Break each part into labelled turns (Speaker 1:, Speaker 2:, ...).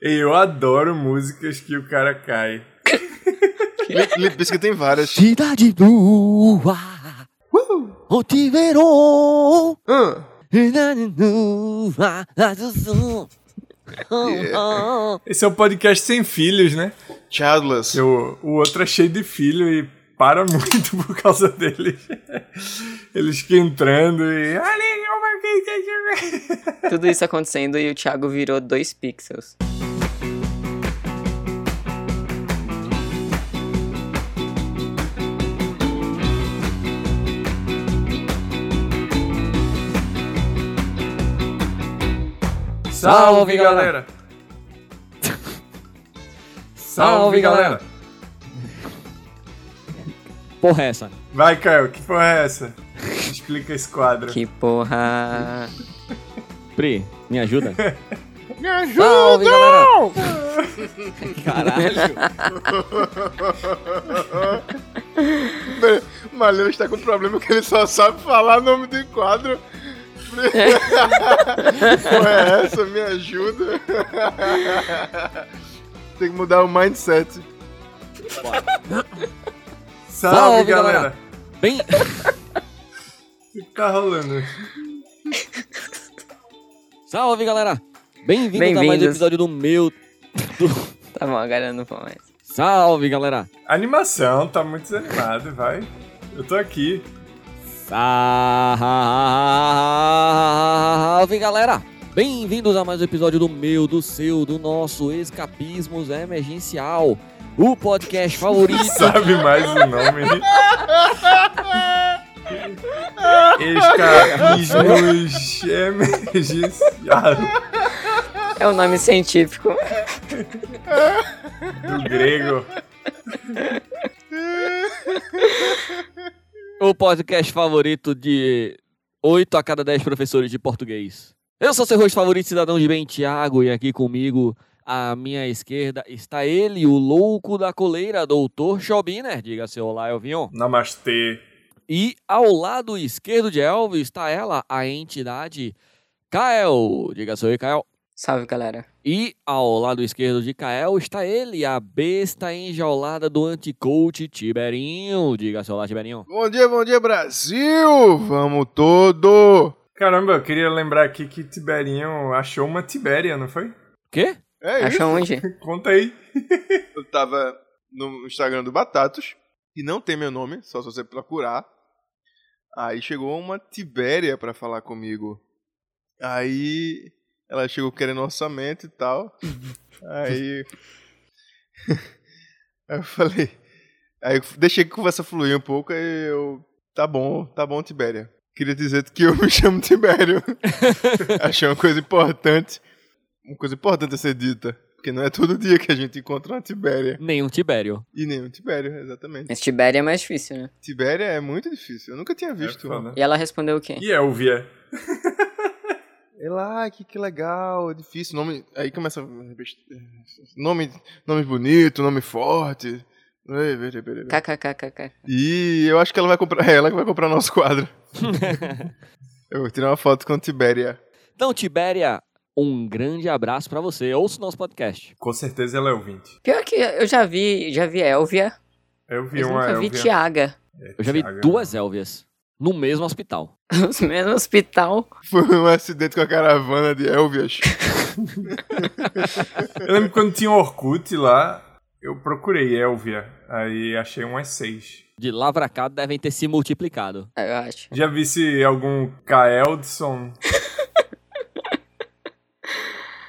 Speaker 1: Eu adoro músicas que o cara cai.
Speaker 2: Limp Bizkit é tem várias.
Speaker 3: Cidade nua, Otiverou,
Speaker 2: Ah,
Speaker 3: Cidade nua, Azul.
Speaker 1: Esse é o podcast sem filhos, né?
Speaker 2: Childless.
Speaker 1: Eu, o outro é cheio de filho e para muito por causa deles. Eles que entrando e.
Speaker 4: Tudo isso acontecendo e o Thiago virou dois pixels.
Speaker 1: Salve, galera! Salve, galera!
Speaker 3: Porra, é essa?
Speaker 1: Vai, Caio, que porra é essa? Explica esse quadro.
Speaker 4: Que porra.
Speaker 3: Pri, me ajuda?
Speaker 4: Salve, galera!
Speaker 3: Caralho.
Speaker 2: O Malheiro está com um problema que ele só sabe falar nome do quadro. Porra, é essa? Me ajuda. Tem que mudar o mindset.
Speaker 1: Salve,
Speaker 3: Salve,
Speaker 1: galera!
Speaker 3: galera. Bem,
Speaker 1: O que tá rolando?
Speaker 3: salve, galera. Bem-vindos a mais um
Speaker 4: Bem-vindos.
Speaker 3: episódio do meu... do-
Speaker 4: Tá bom, agora eu não vou mais.
Speaker 3: Salve, galera.
Speaker 1: A animação tá muito desanimado, vai. Eu tô aqui.
Speaker 3: Ah, Salve, galera. Bem-vindos a mais um episódio do meu, do seu, do nosso Escapismos Emergencial. O podcast favorito
Speaker 1: Sabe mais o nome. né? Escapismos emergenciais.
Speaker 4: É o nome científico.
Speaker 1: Do grego.
Speaker 3: O podcast favorito de 8 a cada 10 professores de português. Eu sou seu host favorito, cidadão de bem, Tiago, e aqui comigo, à minha esquerda, está ele, o louco da coleira, doutor Schobiner. Diga seu olá, Elvinho.
Speaker 1: Namastê.
Speaker 3: E ao lado esquerdo de Elvio está ela, a entidade Kael. Diga seu oi, Kael.
Speaker 4: Salve, galera.
Speaker 3: E ao lado esquerdo de Kael está ele, a besta enjaulada do anticoach Tiberinho. Diga seu olá, Tiberinho.
Speaker 2: Bom dia, bom dia, Brasil! Vamos todo!
Speaker 1: Caramba, eu queria lembrar aqui que Tiberinho achou uma Tibéria, não foi?
Speaker 3: Quê?
Speaker 2: É isso.
Speaker 4: Achou onde?
Speaker 1: Conta aí.
Speaker 2: Eu tava no Instagram do Batatos, que não tem meu nome, só se você procurar. Aí chegou uma Tibéria pra falar comigo. Aí ela chegou querendo orçamento e tal. Aí. Aí eu falei. Aí eu deixei que a conversa fluir um pouco, aí eu. Tá bom, tá bom, Tibéria. Queria dizer que eu me chamo Tibério. Achei uma coisa importante. Uma coisa importante a ser dita. Porque não é todo dia que a gente encontra uma Tibéria.
Speaker 3: Nenhum Tibério.
Speaker 2: E nem um Tibério, exatamente.
Speaker 4: Mas Tibéria é mais difícil, né?
Speaker 2: Tibéria é muito difícil. Eu nunca tinha visto. um.
Speaker 1: É
Speaker 2: uma.
Speaker 1: foda.
Speaker 4: E ela respondeu o quê?
Speaker 1: E Elvia?
Speaker 2: É lá, que, que legal, é difícil. Nome, aí começa. é, Nome, nome bonito, nome forte. Ei, peraí, peraí, peraí.
Speaker 4: KKKKK.
Speaker 2: E eu acho que ela vai comprar. É ela que vai comprar nosso quadro. eu vou tirar uma foto com Tibéria.
Speaker 3: Então, Tibéria, um grande abraço pra você. Ouça o nosso podcast.
Speaker 1: Com certeza ela é ouvinte.
Speaker 4: Pior que eu já vi, já vi Elvia,
Speaker 1: Eu vi
Speaker 4: mas
Speaker 1: uma
Speaker 4: nunca vi
Speaker 1: Elvia.
Speaker 4: Tiaga.
Speaker 1: É,
Speaker 3: Eu já vi
Speaker 1: Thiago.
Speaker 3: duas Elvias no mesmo hospital.
Speaker 4: No mesmo hospital.
Speaker 2: Foi um acidente com a caravana de Elvias.
Speaker 1: Eu lembro quando tinha o Orkut lá, eu procurei Elvia. Aí achei umas seis.
Speaker 3: De lá pra cá devem ter se multiplicado.
Speaker 4: É, Eu acho.
Speaker 1: Já vi se algum Kaeldson.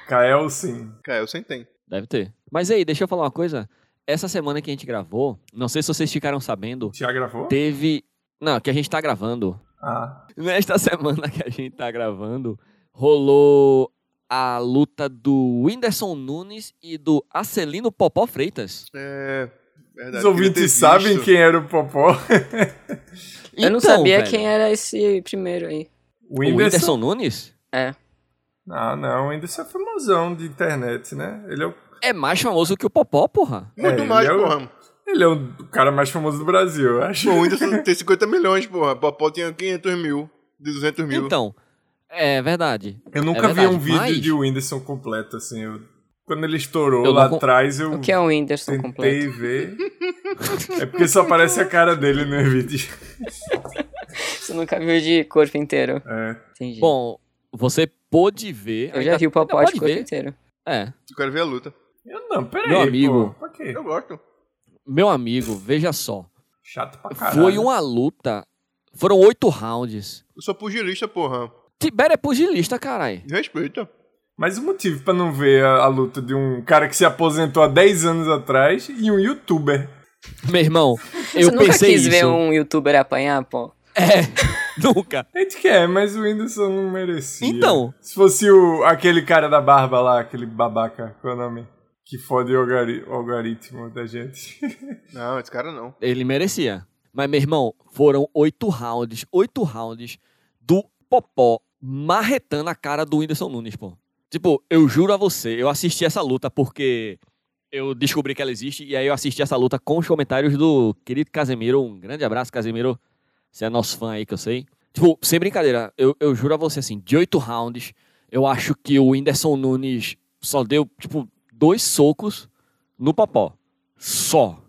Speaker 1: Kaelson.
Speaker 2: Cara, eu sentei.
Speaker 3: Deve ter. Mas aí, deixa eu falar uma coisa. Essa semana que a gente gravou, não sei se vocês ficaram sabendo,
Speaker 1: Já gravou?
Speaker 3: teve. Não, que a gente tá gravando.
Speaker 1: Ah.
Speaker 3: Nesta semana que a gente tá gravando, rolou a luta do Whindersson Nunes e do Acelino Popó Freitas.
Speaker 2: É. Verdade.
Speaker 1: Os
Speaker 2: queria ter
Speaker 1: ouvintes
Speaker 2: visto.
Speaker 1: sabem quem era o Popó.
Speaker 4: eu não
Speaker 3: Então,
Speaker 4: sabia
Speaker 3: velho,
Speaker 4: quem era esse primeiro aí.
Speaker 1: O
Speaker 3: O
Speaker 1: Whindersson.
Speaker 3: Whindersson Nunes?
Speaker 1: Ah, não. O Whindersson é famosão de internet, né? Ele é o,
Speaker 3: É mais famoso que o Popó, porra.
Speaker 2: Muito
Speaker 1: É,
Speaker 2: mais,
Speaker 1: ele é o-
Speaker 2: porra.
Speaker 1: ele é o cara mais famoso do Brasil, eu acho.
Speaker 2: Pô, o Whindersson tem 50 milhões, porra. Popó tinha 500 mil, de 200 mil.
Speaker 3: Então, é verdade.
Speaker 1: Eu nunca
Speaker 3: É verdade,
Speaker 1: vi um vídeo
Speaker 3: mas-
Speaker 1: de Whindersson completo, assim. Eu Quando ele estourou
Speaker 3: Eu não
Speaker 1: lá
Speaker 3: con-
Speaker 1: atrás, eu
Speaker 3: Hum.
Speaker 4: O que é um Whindersson
Speaker 1: tentei
Speaker 4: completo?
Speaker 1: ver. É porque só aparece a cara dele no vídeo.
Speaker 4: Você nunca viu de corpo inteiro.
Speaker 1: É.
Speaker 4: Entendi.
Speaker 3: Bom, você pôde ver.
Speaker 4: eu já
Speaker 3: ainda-
Speaker 4: vi o
Speaker 3: ainda
Speaker 4: Popó de
Speaker 3: pode
Speaker 4: corpo
Speaker 3: ver.
Speaker 4: inteiro.
Speaker 3: É.
Speaker 2: Eu quero ver a luta.
Speaker 1: Eu não, peraí.
Speaker 3: Meu amigo.
Speaker 1: Pô, pra quê?
Speaker 2: Eu gosto.
Speaker 3: Meu amigo, veja só.
Speaker 1: Chato pra caralho.
Speaker 3: Foi uma luta. Foram oito rounds.
Speaker 2: Eu sou pugilista, porra.
Speaker 3: Tibério é pugilista, caralho.
Speaker 2: Respeita.
Speaker 1: Mas o motivo pra não ver a, a luta de um cara que se aposentou há 10 anos atrás e um youtuber.
Speaker 3: Meu irmão, eu
Speaker 4: Você nunca
Speaker 3: pensei
Speaker 4: quis
Speaker 3: isso.
Speaker 4: ver um youtuber apanhar, pô?
Speaker 3: É, nunca.
Speaker 1: A gente quer, mas o Whindersson não merecia.
Speaker 3: Então.
Speaker 1: Se fosse o, aquele cara da barba lá, aquele babaca, qual é o nome? Que fode o algori- algoritmo da gente.
Speaker 2: Não, esse cara não.
Speaker 3: Ele merecia. Mas, meu irmão, foram oito rounds, oito rounds do Popó marretando a cara do Whindersson Nunes, pô. Tipo, eu juro a você, eu assisti essa luta porque eu descobri que ela existe e aí eu assisti essa luta com os comentários do querido Casemiro. Um grande abraço, Casemiro. Você é nosso fã aí, que eu sei. Tipo, sem brincadeira, eu, eu juro a você, assim, de oito rounds, eu acho que o Whindersson Nunes só deu, tipo, dois socos no Popó. Só.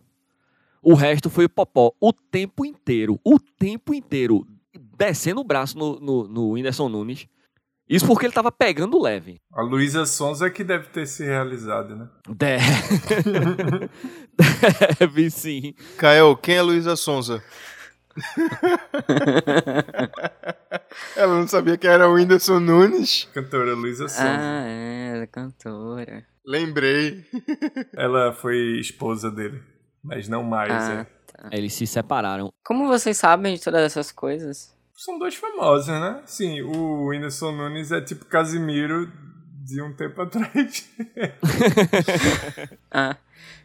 Speaker 3: O resto foi o Popó o tempo inteiro, o tempo inteiro, descendo o braço no, no, no Whindersson Nunes. Isso porque ele tava pegando leve.
Speaker 1: A Luísa Sons é que deve ter se realizado, né?
Speaker 3: De... Deve sim.
Speaker 2: Kael, quem é Luísa Sonza? Ela não sabia que era o Whindersson Nunes.
Speaker 1: Cantora Luísa Sons.
Speaker 4: Ah, é, ela é cantora.
Speaker 2: Lembrei.
Speaker 1: Ela foi esposa dele. Mas não mais, é.
Speaker 4: Ah.
Speaker 3: Eles se separaram.
Speaker 4: Como vocês sabem de todas essas coisas?
Speaker 1: São dois famosos, né? Sim, o Whindersson Nunes é tipo Casimiro de um tempo atrás.
Speaker 4: Ah,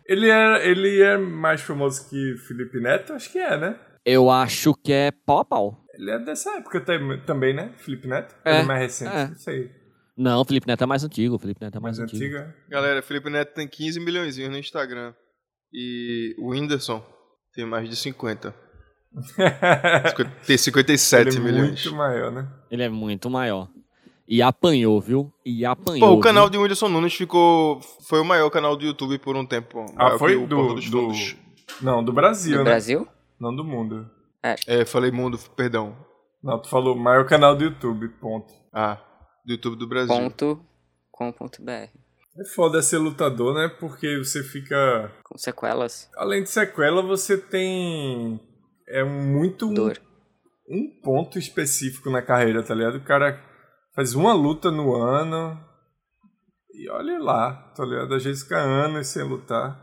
Speaker 1: ele, é, ele é mais famoso que Felipe Neto? Acho que é, né?
Speaker 3: Eu acho que é pau a pau.
Speaker 1: Ele é dessa época tam- também, né? Felipe Neto? Ele
Speaker 3: É,
Speaker 1: É. mais recente,
Speaker 3: é.
Speaker 1: não sei.
Speaker 3: Não, o Felipe Neto é mais antigo. o Felipe Neto é mais,
Speaker 1: Mais
Speaker 3: antigo.
Speaker 1: antiga.
Speaker 2: Galera, Felipe Neto tem 15 milhões no Instagram. E o Whindersson tem mais de 50. Cinquenta- Tem 57
Speaker 1: Ele é
Speaker 2: milhões.
Speaker 1: muito maior, né?
Speaker 3: Ele é muito maior. E apanhou, viu? E apanhou.
Speaker 2: Pô, o canal
Speaker 3: viu?
Speaker 2: de Whindersson Nunes ficou. Foi o maior canal do YouTube por um tempo.
Speaker 1: Ah,
Speaker 2: Maior que
Speaker 1: foi
Speaker 2: o Porta
Speaker 1: do,
Speaker 2: dos
Speaker 1: do...
Speaker 2: Fundos.
Speaker 1: Não, do Brasil,
Speaker 4: do
Speaker 1: né?
Speaker 4: Brasil?
Speaker 1: Não do mundo.
Speaker 2: É, falei mundo, perdão.
Speaker 1: Não, tu falou maior canal do YouTube, ponto.
Speaker 2: Ah, do YouTube do Brasil.
Speaker 4: Ponto com ponto BR.
Speaker 1: É foda ser lutador, né? Porque você fica...
Speaker 4: Com sequelas.
Speaker 1: Além de sequela, você tem... É muito um,
Speaker 4: Dor.
Speaker 1: um ponto específico na carreira, tá ligado? O cara faz uma luta no ano e olha lá, tá ligado? Às vezes fica anos sem lutar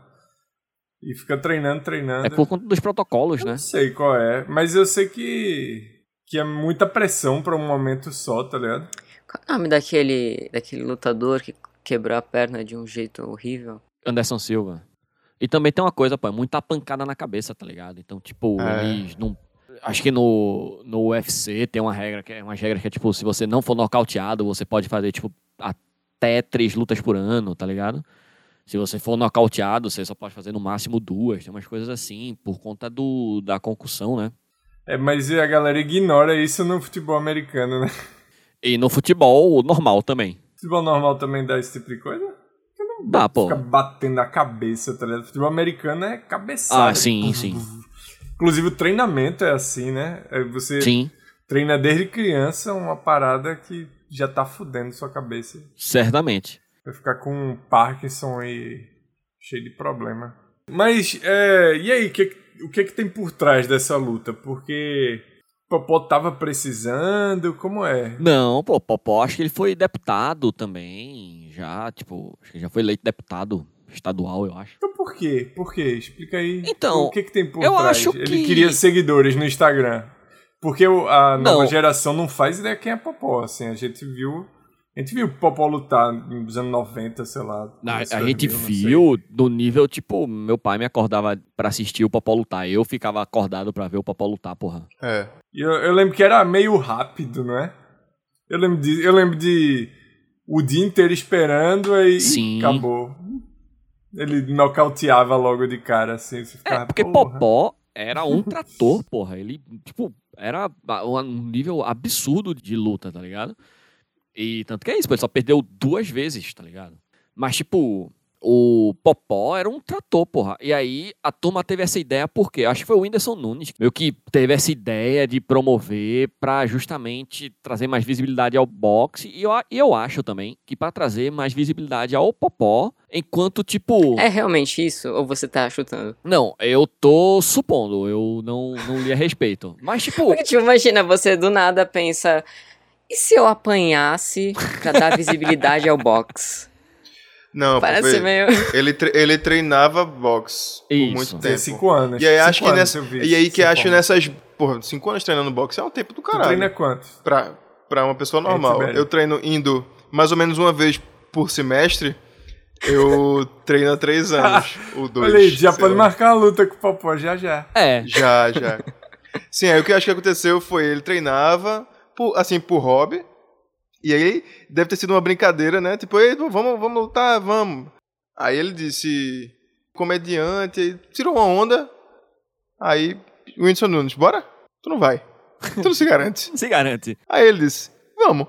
Speaker 1: e fica treinando, treinando.
Speaker 3: É por conta dos protocolos,
Speaker 1: Eu
Speaker 3: né?
Speaker 1: Não sei qual é, mas eu sei que que é muita pressão pra um momento só, tá ligado?
Speaker 4: Qual é o nome daquele, daquele lutador que quebrou a perna de um jeito horrível?
Speaker 3: Anderson Silva. E também tem uma coisa, pô, é muita pancada na cabeça, tá ligado? Então, tipo,
Speaker 2: É.
Speaker 3: eles não. Acho que no, no UFC tem uma regra que é uma regra que é tipo, se você não for nocauteado, você pode fazer, tipo, até três lutas por ano, tá ligado? Se você for nocauteado, você só pode fazer no máximo duas. Tem umas coisas assim, por conta do, da concussão, né?
Speaker 1: É, mas a galera ignora isso no futebol americano, né?
Speaker 3: E no futebol, normal também.
Speaker 1: Futebol normal também dá esse tipo de coisa?
Speaker 3: Dá, pô. Ah,
Speaker 1: Fica batendo a cabeça, tá ligado? Futebol americano é cabeçada. né? Uhum.
Speaker 3: Ah, sim, sim.
Speaker 1: Inclusive o treinamento é assim, né? É Você
Speaker 3: Sim.
Speaker 1: treina desde criança uma parada que já tá fudendo sua cabeça.
Speaker 3: Certamente.
Speaker 1: Vai ficar com Parkinson e cheio de problema. Mas, é, e aí, que- o que que tem por trás dessa luta? Porque o Popó tava precisando, como é?
Speaker 3: Não, pô, Popó, acho que ele foi deputado também, já, tipo, acho que já foi eleito deputado estadual, eu acho.
Speaker 1: Então por quê? Por quê? Explica aí.
Speaker 3: Então,
Speaker 1: o que que tem por
Speaker 3: eu
Speaker 1: trás?
Speaker 3: acho
Speaker 1: Ele
Speaker 3: que-
Speaker 1: queria seguidores no Instagram. Porque o- a nova
Speaker 3: Não.
Speaker 1: geração não faz ideia quem é Popó, assim, a gente viu... A gente viu o Popó lutar nos anos 90, sei lá.
Speaker 3: Na-
Speaker 1: nos
Speaker 3: Ah, a gente
Speaker 1: 2000, é não sei.
Speaker 3: viu do nível, tipo, meu pai me acordava pra assistir o Popó lutar, eu ficava acordado pra ver o Popó lutar, porra.
Speaker 2: É.
Speaker 1: E Eu, eu lembro que era meio rápido, não é? Eu lembro de, eu lembro de o dia inteiro esperando e
Speaker 3: Sim.
Speaker 1: acabou. Ele nocauteava logo de cara, assim. Você ficava,
Speaker 3: É, porque
Speaker 1: "Porra".
Speaker 3: Popó era um trator, porra. Ele, tipo, era ba- um nível absurdo de luta, tá ligado? E tanto que é isso, pô, ele só perdeu duas vezes, tá ligado? Mas, tipo, o Popó era um trator, porra. E aí a turma teve essa ideia porque acho que foi o Whindersson Nunes meio que teve essa ideia de promover pra justamente trazer mais visibilidade ao boxe. E eu, a- e eu acho também que pra trazer mais visibilidade ao Popó, enquanto, tipo.
Speaker 4: É realmente isso? Ou você tá chutando?
Speaker 3: Não, eu tô supondo, eu não, não li a respeito. Mas, tipo.
Speaker 4: Porque, tipo, imagina, você do nada pensa. E se eu apanhasse pra dar visibilidade ao box?
Speaker 2: Não,
Speaker 4: Parece
Speaker 2: porque
Speaker 4: meio.
Speaker 2: ele, tre- ele treinava boxe
Speaker 3: Isso.
Speaker 2: por muito tempo.
Speaker 1: 5 anos.
Speaker 2: E aí acho
Speaker 1: Cinco
Speaker 2: que
Speaker 1: anos
Speaker 2: nessa,
Speaker 1: eu vi,
Speaker 2: e aí que
Speaker 1: cinco
Speaker 2: acho
Speaker 1: anos.
Speaker 2: nessas, porra, cinco anos treinando boxe é um tempo
Speaker 1: Tu
Speaker 2: do caralho.
Speaker 1: treina quanto?
Speaker 2: pra, pra uma pessoa normal.
Speaker 1: velho.
Speaker 2: eu treino indo mais ou menos uma vez por semestre. Eu treino há três anos. ou dois.
Speaker 1: Olha aí, já
Speaker 2: sei
Speaker 1: pode
Speaker 2: lá.
Speaker 1: marcar a luta com o Popó já já.
Speaker 3: É.
Speaker 2: Já, já. Sim, aí o que eu acho que aconteceu foi ele treinava, por, assim, por hobby. E aí deve ter sido uma brincadeira, né? Tipo, ei, pô, vamos, vamos lutar, vamos. Aí ele disse, comediante, aí tirou uma onda. Aí o Whindersson Nunes, bora? Tu não vai. Tu não se garante.
Speaker 3: Se garante.
Speaker 2: Aí ele disse, vamos.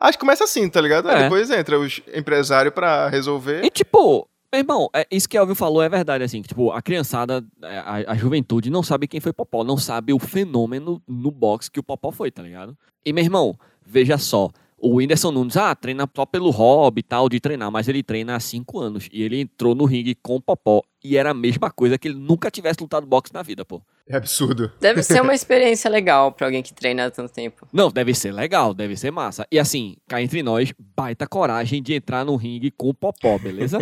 Speaker 2: Acho que começa assim, tá ligado? Aí
Speaker 3: É.
Speaker 2: depois entra os empresários pra resolver.
Speaker 3: E tipo, meu irmão, é, isso que Elvio falou é verdade, assim, que, tipo, a criançada, é, a, a juventude não sabe quem foi Popó, não sabe o fenômeno no boxe que o Popó foi, tá ligado? E, meu irmão, veja só, o Whindersson Nunes, ah, treina só pelo hobby e tal, de treinar, mas ele treina há cinco anos, e ele entrou no ringue com o Popó, e era a mesma coisa que ele nunca tivesse lutado boxe na vida, pô.
Speaker 2: É absurdo.
Speaker 4: Deve ser uma experiência legal pra alguém que treina há tanto tempo.
Speaker 3: Não, deve ser legal, deve ser massa. E assim, cá entre nós, baita coragem de entrar no ringue com o Popó, beleza?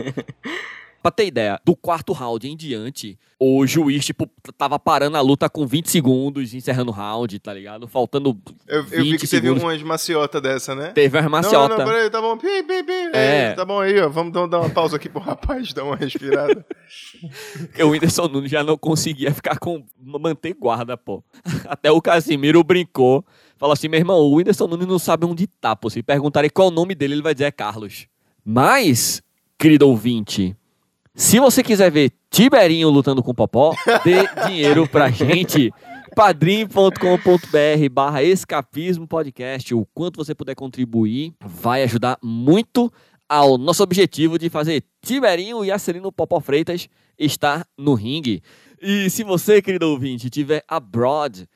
Speaker 3: pra ter ideia, do quarto round em diante, o juiz, tipo, t- tava parando a luta com 20 segundos, encerrando o round, tá ligado? Faltando.
Speaker 2: Eu, eu vi
Speaker 3: 20
Speaker 2: que teve
Speaker 3: segundos.
Speaker 2: umas maciota dessa, né?
Speaker 3: Teve uma
Speaker 2: Não,
Speaker 3: maciota.
Speaker 2: não, peraí, tá bom. Pi, pi, pi.
Speaker 3: É.
Speaker 2: Ei, Tá bom aí, ó. Vamos dar dar uma pausa aqui pro rapaz dar uma respirada.
Speaker 3: Porque o Whindersson Nunes já não conseguia ficar com. manter guarda, pô. Até o Casimiro brincou. Falou assim: meu irmão, o Whindersson Nunes não sabe onde tá, pô. Se perguntarem qual é o nome dele, ele vai dizer é Carlos. Mas, querido ouvinte, se você quiser ver Tiberinho lutando com o Popó, dê dinheiro pra gente. padrim.com.br barra escapismo podcast. O quanto você puder contribuir vai ajudar muito ao nosso objetivo de fazer Tiberinho e Acelino Popó Freitas estar no ringue. E se você, querido ouvinte, tiver abroad,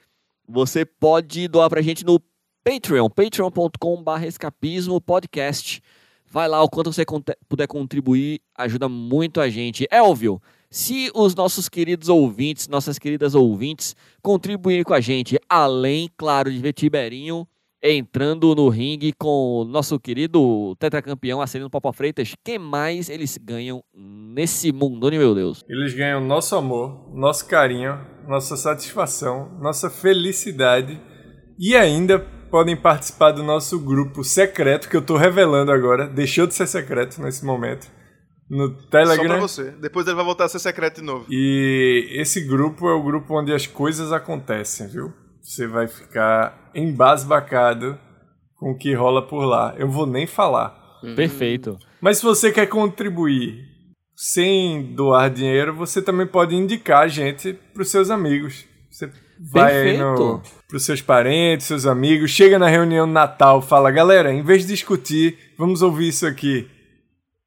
Speaker 3: você pode doar pra gente no Patreon, patreon.com.br escapismo podcast. Vai lá, o quanto você conte- puder contribuir, ajuda muito a gente. Elvio, se os nossos queridos ouvintes, nossas queridas ouvintes, contribuírem com a gente, além, claro, de ver Tiberinho entrando no ringue com o nosso querido tetracampeão Acelino Papa Freitas, que mais eles ganham nesse mundo, meu Deus?
Speaker 1: Eles ganham nosso amor, nosso carinho, nossa satisfação, nossa felicidade e ainda podem participar do nosso grupo secreto que eu tô revelando agora. Deixou de ser secreto nesse momento no
Speaker 2: Só pra
Speaker 1: Telegram.
Speaker 2: você. Depois ele vai voltar a ser secreto de novo.
Speaker 1: E esse grupo é o grupo onde as coisas acontecem, viu? Você vai ficar embasbacado com o que rola por lá. Eu vou nem falar.
Speaker 3: Perfeito.
Speaker 1: Mas se você quer contribuir sem doar dinheiro, você também pode indicar a gente pros seus amigos. Você vai aí no,
Speaker 3: Perfeito.
Speaker 1: pros seus parentes, seus amigos, chega na reunião de Natal, fala, galera, em vez de discutir, vamos ouvir isso aqui.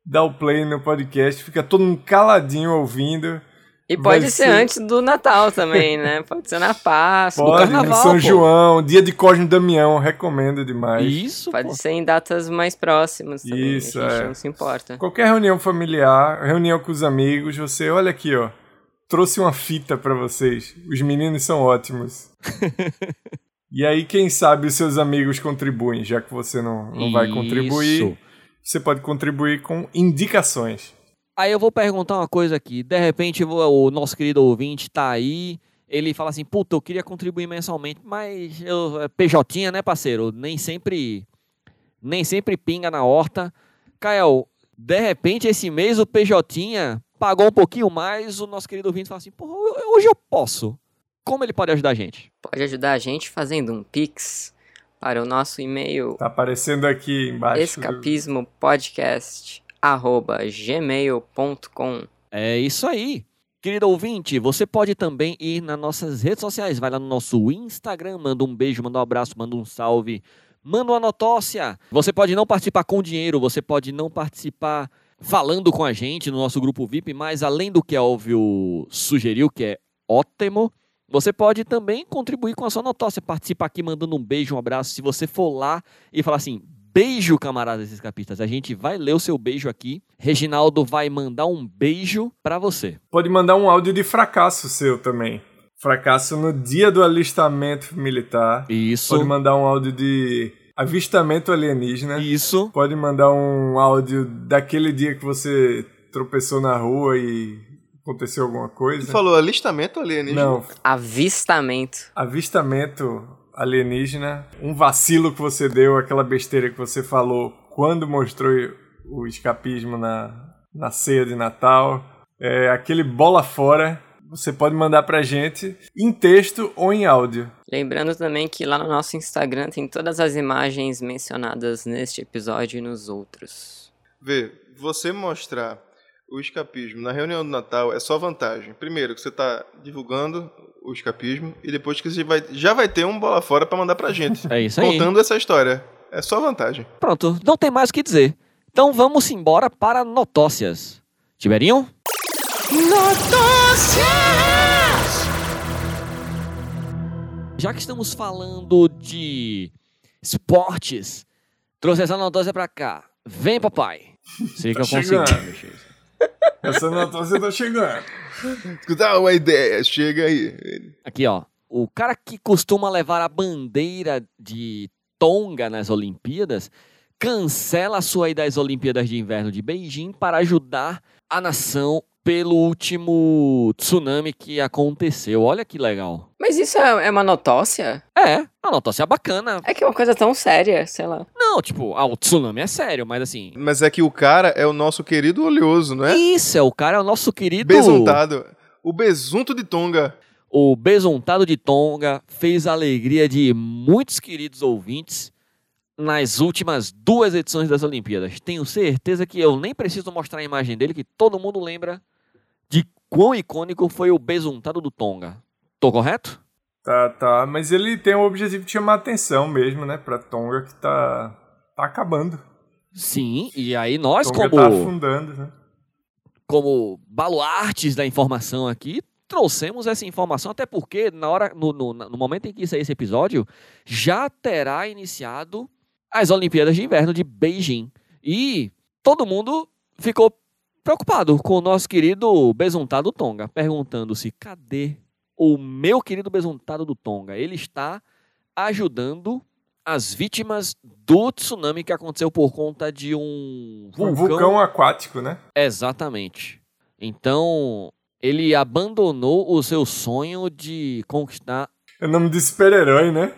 Speaker 1: Dá o play no podcast, fica todo mundo caladinho ouvindo.
Speaker 4: E
Speaker 1: Vai
Speaker 4: pode ser,
Speaker 1: ser.
Speaker 4: antes do Natal também, né? Pode ser na Páscoa,
Speaker 1: Pode,
Speaker 4: no
Speaker 1: no
Speaker 4: Carnaval.
Speaker 1: São
Speaker 4: pô.
Speaker 1: João, dia de Cosme e Damião, recomendo demais.
Speaker 3: Hum, Isso, pô.
Speaker 4: Pode ser em datas mais próximas também.
Speaker 1: Isso,
Speaker 4: a gente
Speaker 1: é.
Speaker 4: não se importa.
Speaker 1: Qualquer reunião familiar, reunião com os amigos, você olha aqui, ó. Trouxe uma fita pra vocês. Os meninos são ótimos. e aí, quem sabe os seus amigos contribuem, já que você não, não vai contribuir.
Speaker 3: Isso.
Speaker 1: Você pode contribuir com indicações.
Speaker 3: Aí eu vou perguntar uma coisa aqui. De repente, o o nosso querido ouvinte tá aí. Ele fala assim: Puta, eu queria contribuir mensalmente, mas eu, é PJ, né, parceiro? Nem sempre. Nem sempre pinga na horta. Kael, de repente, esse mês o PJ pagou um pouquinho mais. O nosso querido ouvinte fala assim: Porra, eu- hoje eu posso. Como ele pode ajudar a gente?
Speaker 4: Pode ajudar a gente fazendo um pix para o nosso e-mail
Speaker 1: Tá aparecendo aqui embaixo. do-
Speaker 4: escapismopodcast@gmail.com.
Speaker 3: É isso aí. Querido ouvinte, você pode também ir nas nossas redes sociais. Vai lá no nosso Instagram, manda um beijo, manda um abraço, manda um salve, manda uma notócia. Você pode não participar com dinheiro, você pode não participar falando com a gente no nosso grupo VIP, mas além do que a Elvio sugeriu, que é ótimo, você pode também contribuir com a sua notócia. Participa aqui mandando um beijo, um abraço. Se você for lá e falar assim, beijo, camaradas escapistas, a gente vai ler o seu beijo aqui. Reginaldo vai mandar um beijo pra você.
Speaker 1: Pode mandar um áudio de fracasso seu também. Fracasso no dia do alistamento militar.
Speaker 3: Isso.
Speaker 1: Pode mandar um áudio de avistamento alienígena.
Speaker 3: Isso.
Speaker 1: Pode mandar um áudio daquele dia que você tropeçou na rua e aconteceu alguma
Speaker 2: Tu
Speaker 1: coisa.
Speaker 2: falou alistamento alienígena?
Speaker 1: Não,
Speaker 4: Avistamento.
Speaker 1: avistamento alienígena, um vacilo que você deu, aquela besteira que você falou quando mostrou o escapismo na, na ceia de Natal, é, aquele bola fora, você pode mandar pra gente em texto ou em áudio.
Speaker 4: Lembrando também que lá no nosso Instagram tem todas as imagens mencionadas neste episódio e nos outros.
Speaker 2: Vê, você mostrar o escapismo na reunião do Natal é só vantagem. Primeiro, que você tá divulgando o escapismo e depois que você vai, já vai ter um bola fora pra mandar pra gente.
Speaker 3: É isso aí.
Speaker 2: contando essa história. É só vantagem.
Speaker 3: Pronto, não tem mais o que dizer. Então vamos embora para notócias. Tiberinho? Notócias! Já que estamos falando de esportes, trouxe essa notócia pra cá. Vem, papai. Sei que
Speaker 1: Tá
Speaker 3: eu consigo.
Speaker 1: chegando. Essa notícia tá chegando.
Speaker 2: Escutar uma ideia, chega aí.
Speaker 3: Aqui, ó. O cara que costuma levar a bandeira de Tonga nas Olimpíadas cancela a sua ida às Olimpíadas de Inverno de Beijing para ajudar a nação pelo último tsunami que aconteceu. Olha que legal.
Speaker 4: Mas isso é, é uma notócia?
Speaker 3: É, uma notícia bacana.
Speaker 4: É que é uma coisa tão séria, sei lá.
Speaker 3: Não, tipo, ah, o tsunami é sério, mas assim.
Speaker 2: Mas é que o cara é o nosso querido oleoso, não é? tá
Speaker 3: Isso, é o cara, é o nosso querido.
Speaker 2: Besuntado. O besunto de Tonga.
Speaker 3: O Besuntado de Tonga fez a alegria de muitos queridos ouvintes nas últimas duas edições das Olimpíadas. Tenho certeza que eu nem preciso mostrar a imagem dele, que todo mundo lembra de quão icônico foi o Besuntado do Tonga. Tô correto?
Speaker 1: Tá, tá. Mas ele tem o objetivo de chamar atenção mesmo, né? Pra Tonga que tá, tá acabando.
Speaker 3: Sim, e aí nós,
Speaker 1: Tonga
Speaker 3: como,
Speaker 1: tá afundando, né?
Speaker 3: como baluartes da informação aqui, trouxemos essa informação, até porque na hora, no, no- no momento em que sair esse episódio, já terá iniciado as Olimpíadas de Inverno de Beijing. E todo mundo ficou preocupado com o nosso querido besuntado Tonga, perguntando-se, cadê o meu querido besuntado do Tonga? Ele está ajudando as vítimas do tsunami que aconteceu por conta de um
Speaker 1: Um vulcão aquático, né?
Speaker 3: Exatamente. Então, ele abandonou o seu sonho de conquistar.
Speaker 1: É nome de super-herói, né?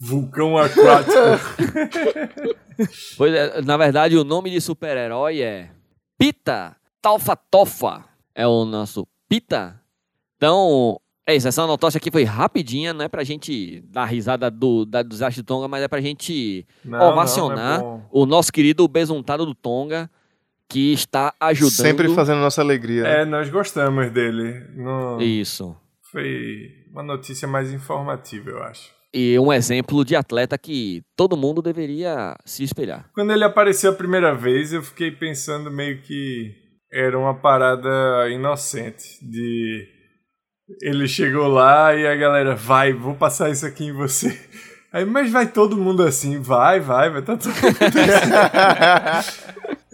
Speaker 1: Vulcão aquático.
Speaker 3: Pois é, na verdade, o nome de super-herói é Pita Talfatofa. É o nosso Pita. Então, é isso. Essa notócia aqui foi rapidinha, não é pra gente dar risada do, da, do desastre do Tonga, mas é pra gente
Speaker 1: Não, não, não é
Speaker 3: Ovacionar.
Speaker 1: bom.
Speaker 3: o nosso querido besuntado do Tonga, que está ajudando.
Speaker 2: Sempre fazendo nossa alegria. né?
Speaker 1: É, nós gostamos dele. Não-
Speaker 3: Isso.
Speaker 1: Foi uma notícia mais informativa, eu acho.
Speaker 3: E um exemplo de atleta que todo mundo deveria se espelhar.
Speaker 1: Quando ele apareceu a primeira vez, eu fiquei pensando meio que era uma parada inocente de ele chegou lá e a galera vai, vou passar isso aqui em você. Aí, mas vai todo mundo assim, vai, vai, vai, tá todo mundo assim.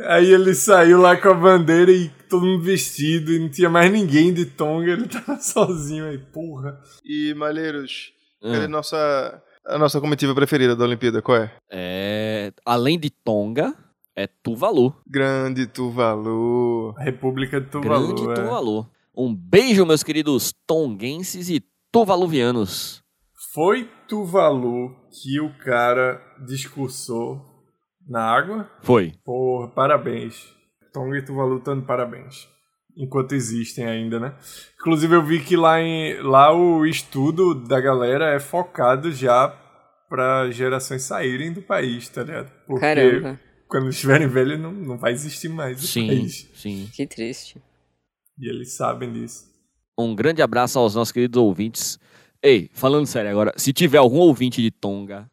Speaker 1: Aí ele saiu lá com a bandeira e todo mundo vestido e não tinha mais ninguém de tonga, ele tava sozinho aí, porra.
Speaker 2: E, Malheiros,
Speaker 3: Hum.
Speaker 2: cadê nossa, a nossa comitiva preferida da Olimpíada? Qual é?
Speaker 3: É, além de Tonga, é Tuvalu.
Speaker 2: Grande Tuvalu.
Speaker 1: A República de Tuvalu.
Speaker 3: Grande
Speaker 1: é.
Speaker 3: Tuvalu. Um beijo, meus queridos tonguenses e tuvaluvianos.
Speaker 1: Foi Tuvalu que o cara discursou na água?
Speaker 3: Foi.
Speaker 1: Porra, parabéns. Tonga e Tuvalu estão de parabéns. Enquanto existem ainda, né? Inclusive eu vi que lá, em, lá o estudo da galera é focado já pra gerações saírem do país, tá ligado? Porque
Speaker 4: Caramba,
Speaker 1: quando estiverem velhos não, não vai existir mais o
Speaker 3: Sim,
Speaker 1: país.
Speaker 3: sim.
Speaker 4: que triste.
Speaker 1: E eles sabem disso.
Speaker 3: Um grande abraço aos nossos queridos ouvintes. Ei, falando sério agora, se tiver algum ouvinte de Tonga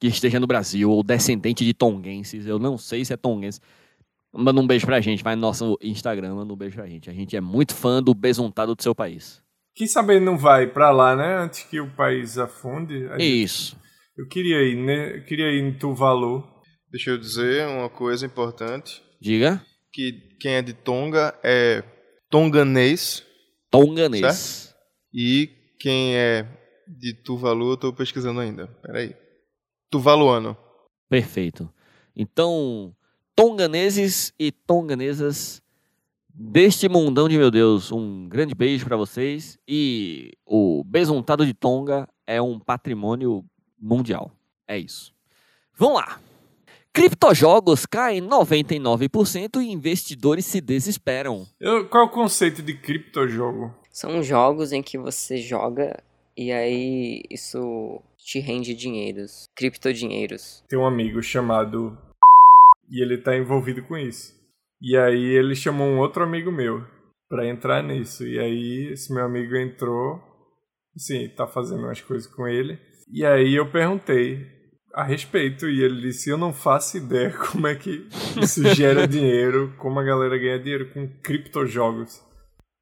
Speaker 3: que esteja no Brasil ou descendente de tonguenses, eu não sei se é tonguense, Manda um beijo pra gente, vai no nosso Instagram, manda um beijo pra gente. A gente é muito fã do besuntado do seu país.
Speaker 1: Quem sabe não vai pra lá, né? Antes que o país afunde. A gente-
Speaker 3: Isso.
Speaker 1: Eu queria ir, né? Eu queria ir em Tuvalu.
Speaker 2: Deixa eu dizer uma coisa importante.
Speaker 3: Diga.
Speaker 2: Que quem é de Tonga é tonganês.
Speaker 3: Tonganês.
Speaker 2: E quem é de Tuvalu, eu tô pesquisando ainda. Peraí. Tuvaluano.
Speaker 3: Perfeito. Então, tonganeses e tonganesas deste mundão de meu Deus, um grande beijo pra vocês e o besuntado de Tonga é um patrimônio mundial. É isso. Vamos lá. Criptojogos caem 99% e investidores se desesperam.
Speaker 1: Eu- qual é o conceito de criptojogo?
Speaker 4: São jogos em que você joga e aí isso te rende dinheiros, criptodinheiros.
Speaker 1: Tem um amigo chamado e ele tá envolvido com isso. E aí ele chamou um outro amigo meu pra entrar nisso. E aí esse meu amigo entrou, assim, tá fazendo umas coisas com ele. E aí eu perguntei a respeito e ele disse: "Eu não faço ideia como é que isso gera dinheiro, como a galera ganha dinheiro com criptojogos".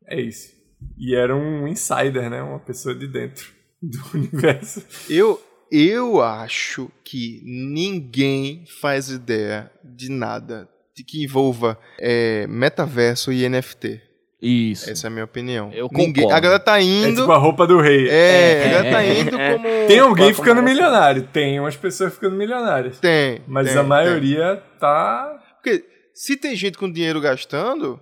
Speaker 1: É isso. E era um insider, né? Uma pessoa de dentro do universo.
Speaker 2: Eu, eu acho que ninguém faz ideia de nada de que envolva é, metaverso e NFT.
Speaker 3: Isso.
Speaker 2: Essa é a minha opinião.
Speaker 3: Eu
Speaker 2: ninguém,
Speaker 3: concordo.
Speaker 2: a galera tá
Speaker 1: É
Speaker 2: indo.
Speaker 1: tipo a roupa do rei.
Speaker 2: É,
Speaker 3: É,
Speaker 2: a galera tá
Speaker 3: é,
Speaker 2: indo
Speaker 4: é.
Speaker 2: como.
Speaker 1: Tem alguém
Speaker 4: Qual
Speaker 1: ficando
Speaker 4: acontece?
Speaker 1: milionário, tem umas pessoas ficando milionárias.
Speaker 2: Tem.
Speaker 1: Mas
Speaker 2: tem,
Speaker 1: a
Speaker 2: tem.
Speaker 1: maioria tá.
Speaker 2: Porque se tem gente com dinheiro gastando,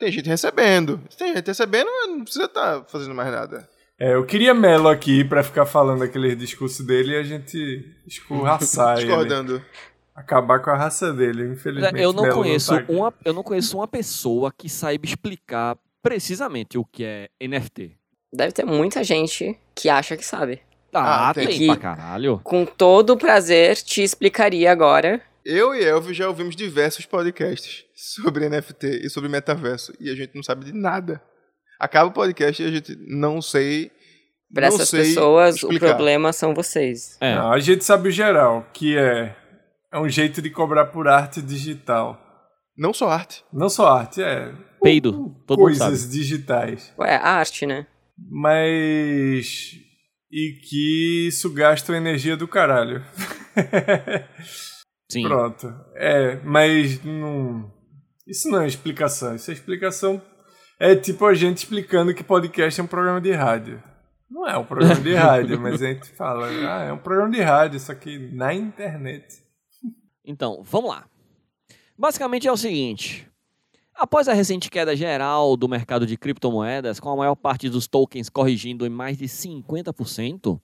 Speaker 2: tem gente recebendo. Se tem gente recebendo, não precisa estar fazendo mais nada.
Speaker 1: É, eu queria Melo aqui pra ficar falando aquele discurso dele e a gente escorraçar ele.
Speaker 2: Discordando.
Speaker 1: Acabar com a raça dele, infelizmente.
Speaker 3: Eu não,
Speaker 1: Melo
Speaker 3: conheço
Speaker 1: tá aqui.
Speaker 3: uma, eu não conheço uma pessoa que saiba explicar precisamente o que é NFT.
Speaker 4: Deve ter muita gente que acha que sabe.
Speaker 3: Ah,
Speaker 2: Ah, tem
Speaker 3: tem,
Speaker 4: que-
Speaker 3: pra caralho.
Speaker 4: Com todo o prazer, te explicaria agora.
Speaker 2: Eu e Elvio já ouvimos diversos podcasts sobre NFT e sobre metaverso. E a gente não sabe de nada. Acaba o podcast e a gente não sei.
Speaker 4: Para
Speaker 2: não
Speaker 4: essas
Speaker 2: sei
Speaker 4: pessoas,
Speaker 2: explicar.
Speaker 4: o problema são vocês.
Speaker 3: É.
Speaker 1: Não, a gente sabe o geral, que é. É um jeito de cobrar por arte digital.
Speaker 2: Não só arte.
Speaker 1: Não só arte, é.
Speaker 3: Peido. Todo mundo
Speaker 1: coisas
Speaker 3: sabe.
Speaker 1: digitais.
Speaker 4: Ué, arte, né?
Speaker 1: Mas. E que isso gasta uma energia do caralho.
Speaker 3: Sim.
Speaker 1: Pronto. É, mas não. Isso não é explicação. Isso é explicação. É tipo a gente explicando que podcast é um programa de rádio. Não é um programa de rádio, mas a gente fala, ah, é um programa de rádio, só que na internet.
Speaker 3: Então, vamos lá. Basicamente é o seguinte. Após a recente queda geral do mercado de criptomoedas, com a maior parte dos tokens corrigindo em mais de 50%,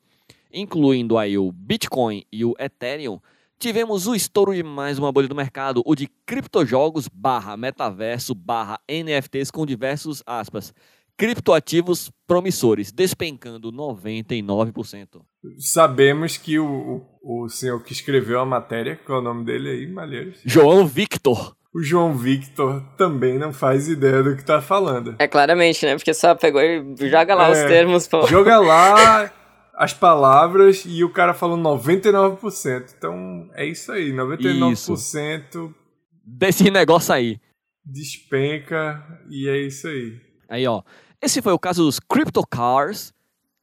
Speaker 3: incluindo aí o Bitcoin e o Ethereum, tivemos o estouro de mais uma bolha do mercado, o de criptojogos barra metaverso barra NFTs com diversos, aspas, criptoativos promissores, despencando 99%.
Speaker 1: Sabemos que o, o, o senhor que escreveu a matéria, qual é o nome dele aí, Malheiros?
Speaker 3: João Victor.
Speaker 1: O João Victor também não faz ideia do que tá falando.
Speaker 4: É claramente, né? Porque só pegou e joga lá os
Speaker 1: É.
Speaker 4: termos, pô.
Speaker 1: Joga lá as palavras e o cara falou 99%. Então é isso aí, 99%
Speaker 3: Desse negócio aí.
Speaker 1: despenca e é isso aí.
Speaker 3: Aí, ó. Esse foi o caso dos CryptoCars,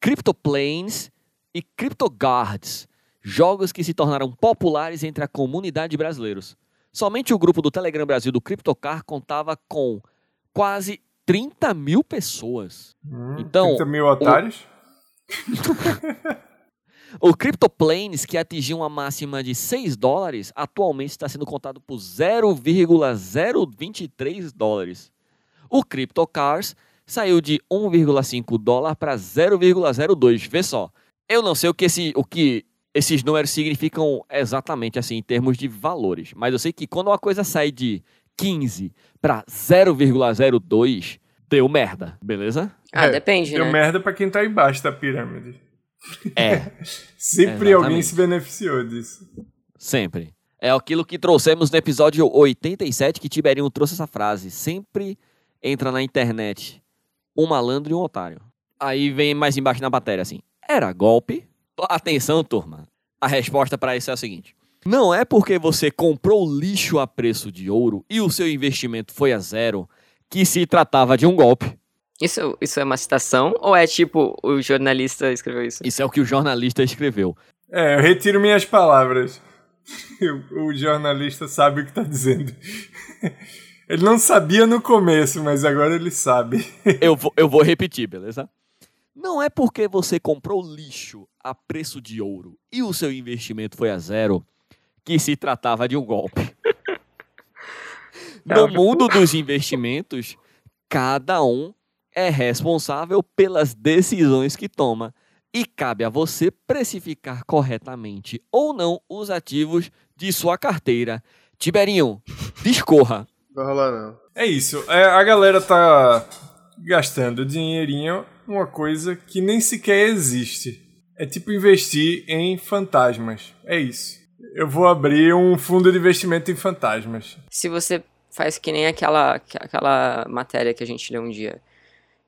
Speaker 3: CryptoPlanes e CryptoGuards, jogos que se tornaram populares entre a comunidade de brasileiros. Somente o grupo do Telegram Brasil do CryptoCar contava com quase 30 mil pessoas.
Speaker 1: Hum,
Speaker 3: Então,
Speaker 1: 30 mil otários?
Speaker 3: O CryptoPlanes, que atingiu uma máxima de 6 dólares, atualmente está sendo contado por 0,023 dólares. O CryptoCars saiu de 1,5 dólar para 0,02. Vê só. Eu não sei o que, esse, o que esses números significam exatamente assim em termos de valores, mas eu sei que quando uma coisa sai de 15 para 0,02, deu merda, beleza?
Speaker 4: Ah,
Speaker 2: É,
Speaker 4: depende,
Speaker 1: Deu
Speaker 4: né?
Speaker 1: merda pra quem tá embaixo da pirâmide.
Speaker 3: É.
Speaker 1: Sempre
Speaker 3: Exatamente.
Speaker 1: alguém se beneficiou disso.
Speaker 3: Sempre. É aquilo que trouxemos no episódio 87 que Tiberinho trouxe essa frase. Sempre entra na internet um malandro e um otário. Aí vem mais embaixo na matéria assim. Era golpe? Atenção, turma. A resposta para isso é a seguinte. Não é porque você comprou lixo a preço de ouro e o seu investimento foi a zero que se tratava de um golpe.
Speaker 4: Isso, isso é uma citação? Ou é tipo, o jornalista escreveu isso?
Speaker 3: Isso é o que o jornalista escreveu.
Speaker 1: É, eu retiro minhas palavras. O, o jornalista sabe o que tá dizendo. Ele não sabia no começo, mas agora ele sabe.
Speaker 3: Eu vou, eu vou repetir, beleza? Não é porque você comprou lixo a preço de ouro e o seu investimento foi a zero que se tratava de um golpe. No mundo dos investimentos, cada um é responsável pelas decisões que toma e cabe a você precificar corretamente ou não os ativos de sua carteira. Tiberinho, discorra.
Speaker 2: Não vai rolar, não.
Speaker 1: É isso. É, a galera tá gastando dinheirinho numa coisa que nem sequer existe. É tipo investir em fantasmas. É isso. Eu vou abrir um fundo de investimento em fantasmas.
Speaker 4: Se você faz que nem aquela, aquela matéria que a gente leu um dia.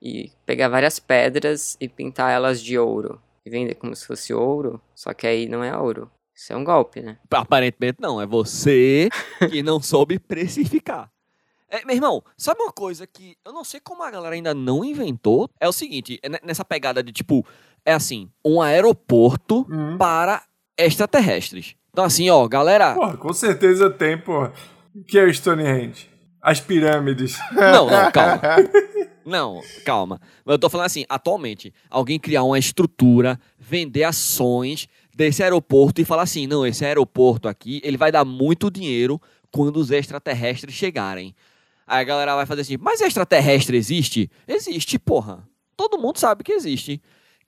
Speaker 4: E pegar várias pedras e pintar elas de ouro. E vender como se fosse ouro. Só que aí não é ouro. Isso é um golpe, né?
Speaker 3: Aparentemente não, é você que não soube precificar. É, meu irmão, sabe uma coisa que eu não sei como a galera ainda não inventou? É o seguinte, é ne- nessa pegada de tipo, é assim, um aeroporto
Speaker 1: Hum.
Speaker 3: para extraterrestres. Então assim, ó, galera,
Speaker 1: Porra, com certeza tem, porra. O que é o Stonehenge? As pirâmides.
Speaker 3: Não, não, calma. Não, calma. Mas Eu tô falando assim, atualmente, alguém criar uma estrutura, vender ações desse aeroporto e falar assim, não, esse aeroporto aqui, ele vai dar muito dinheiro quando os extraterrestres chegarem. Aí a galera vai fazer assim, mas extraterrestre existe? Existe, porra. Todo mundo sabe que existe.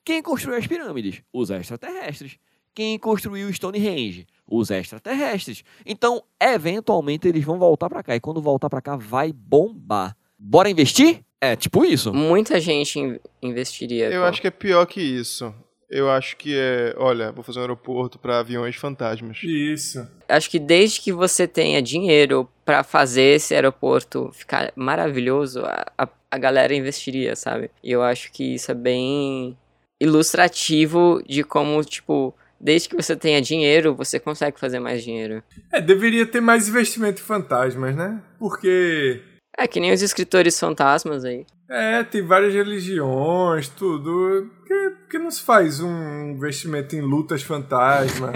Speaker 3: Quem construiu as pirâmides? Os extraterrestres. Quem construiu o Stonehenge? Os extraterrestres. Então, eventualmente, eles vão voltar pra cá. E quando voltar pra cá, vai bombar. Bora investir? É tipo isso.
Speaker 4: Muita gente in- investiria.
Speaker 2: Eu acho que é pior que isso. Eu acho que é. Olha, vou fazer um aeroporto pra aviões fantasmas.
Speaker 1: Isso.
Speaker 4: acho que desde que você tenha dinheiro pra fazer esse aeroporto ficar maravilhoso, a, a, a galera investiria, sabe? E eu acho que isso é bem ilustrativo de como, tipo, desde que você tenha dinheiro, você consegue fazer mais dinheiro.
Speaker 1: É, deveria ter mais investimento em fantasmas, né? Porque.
Speaker 4: É que nem os escritores fantasmas aí.
Speaker 1: É, tem várias religiões, tudo. Por que, por que não se faz um investimento em lutas fantasma?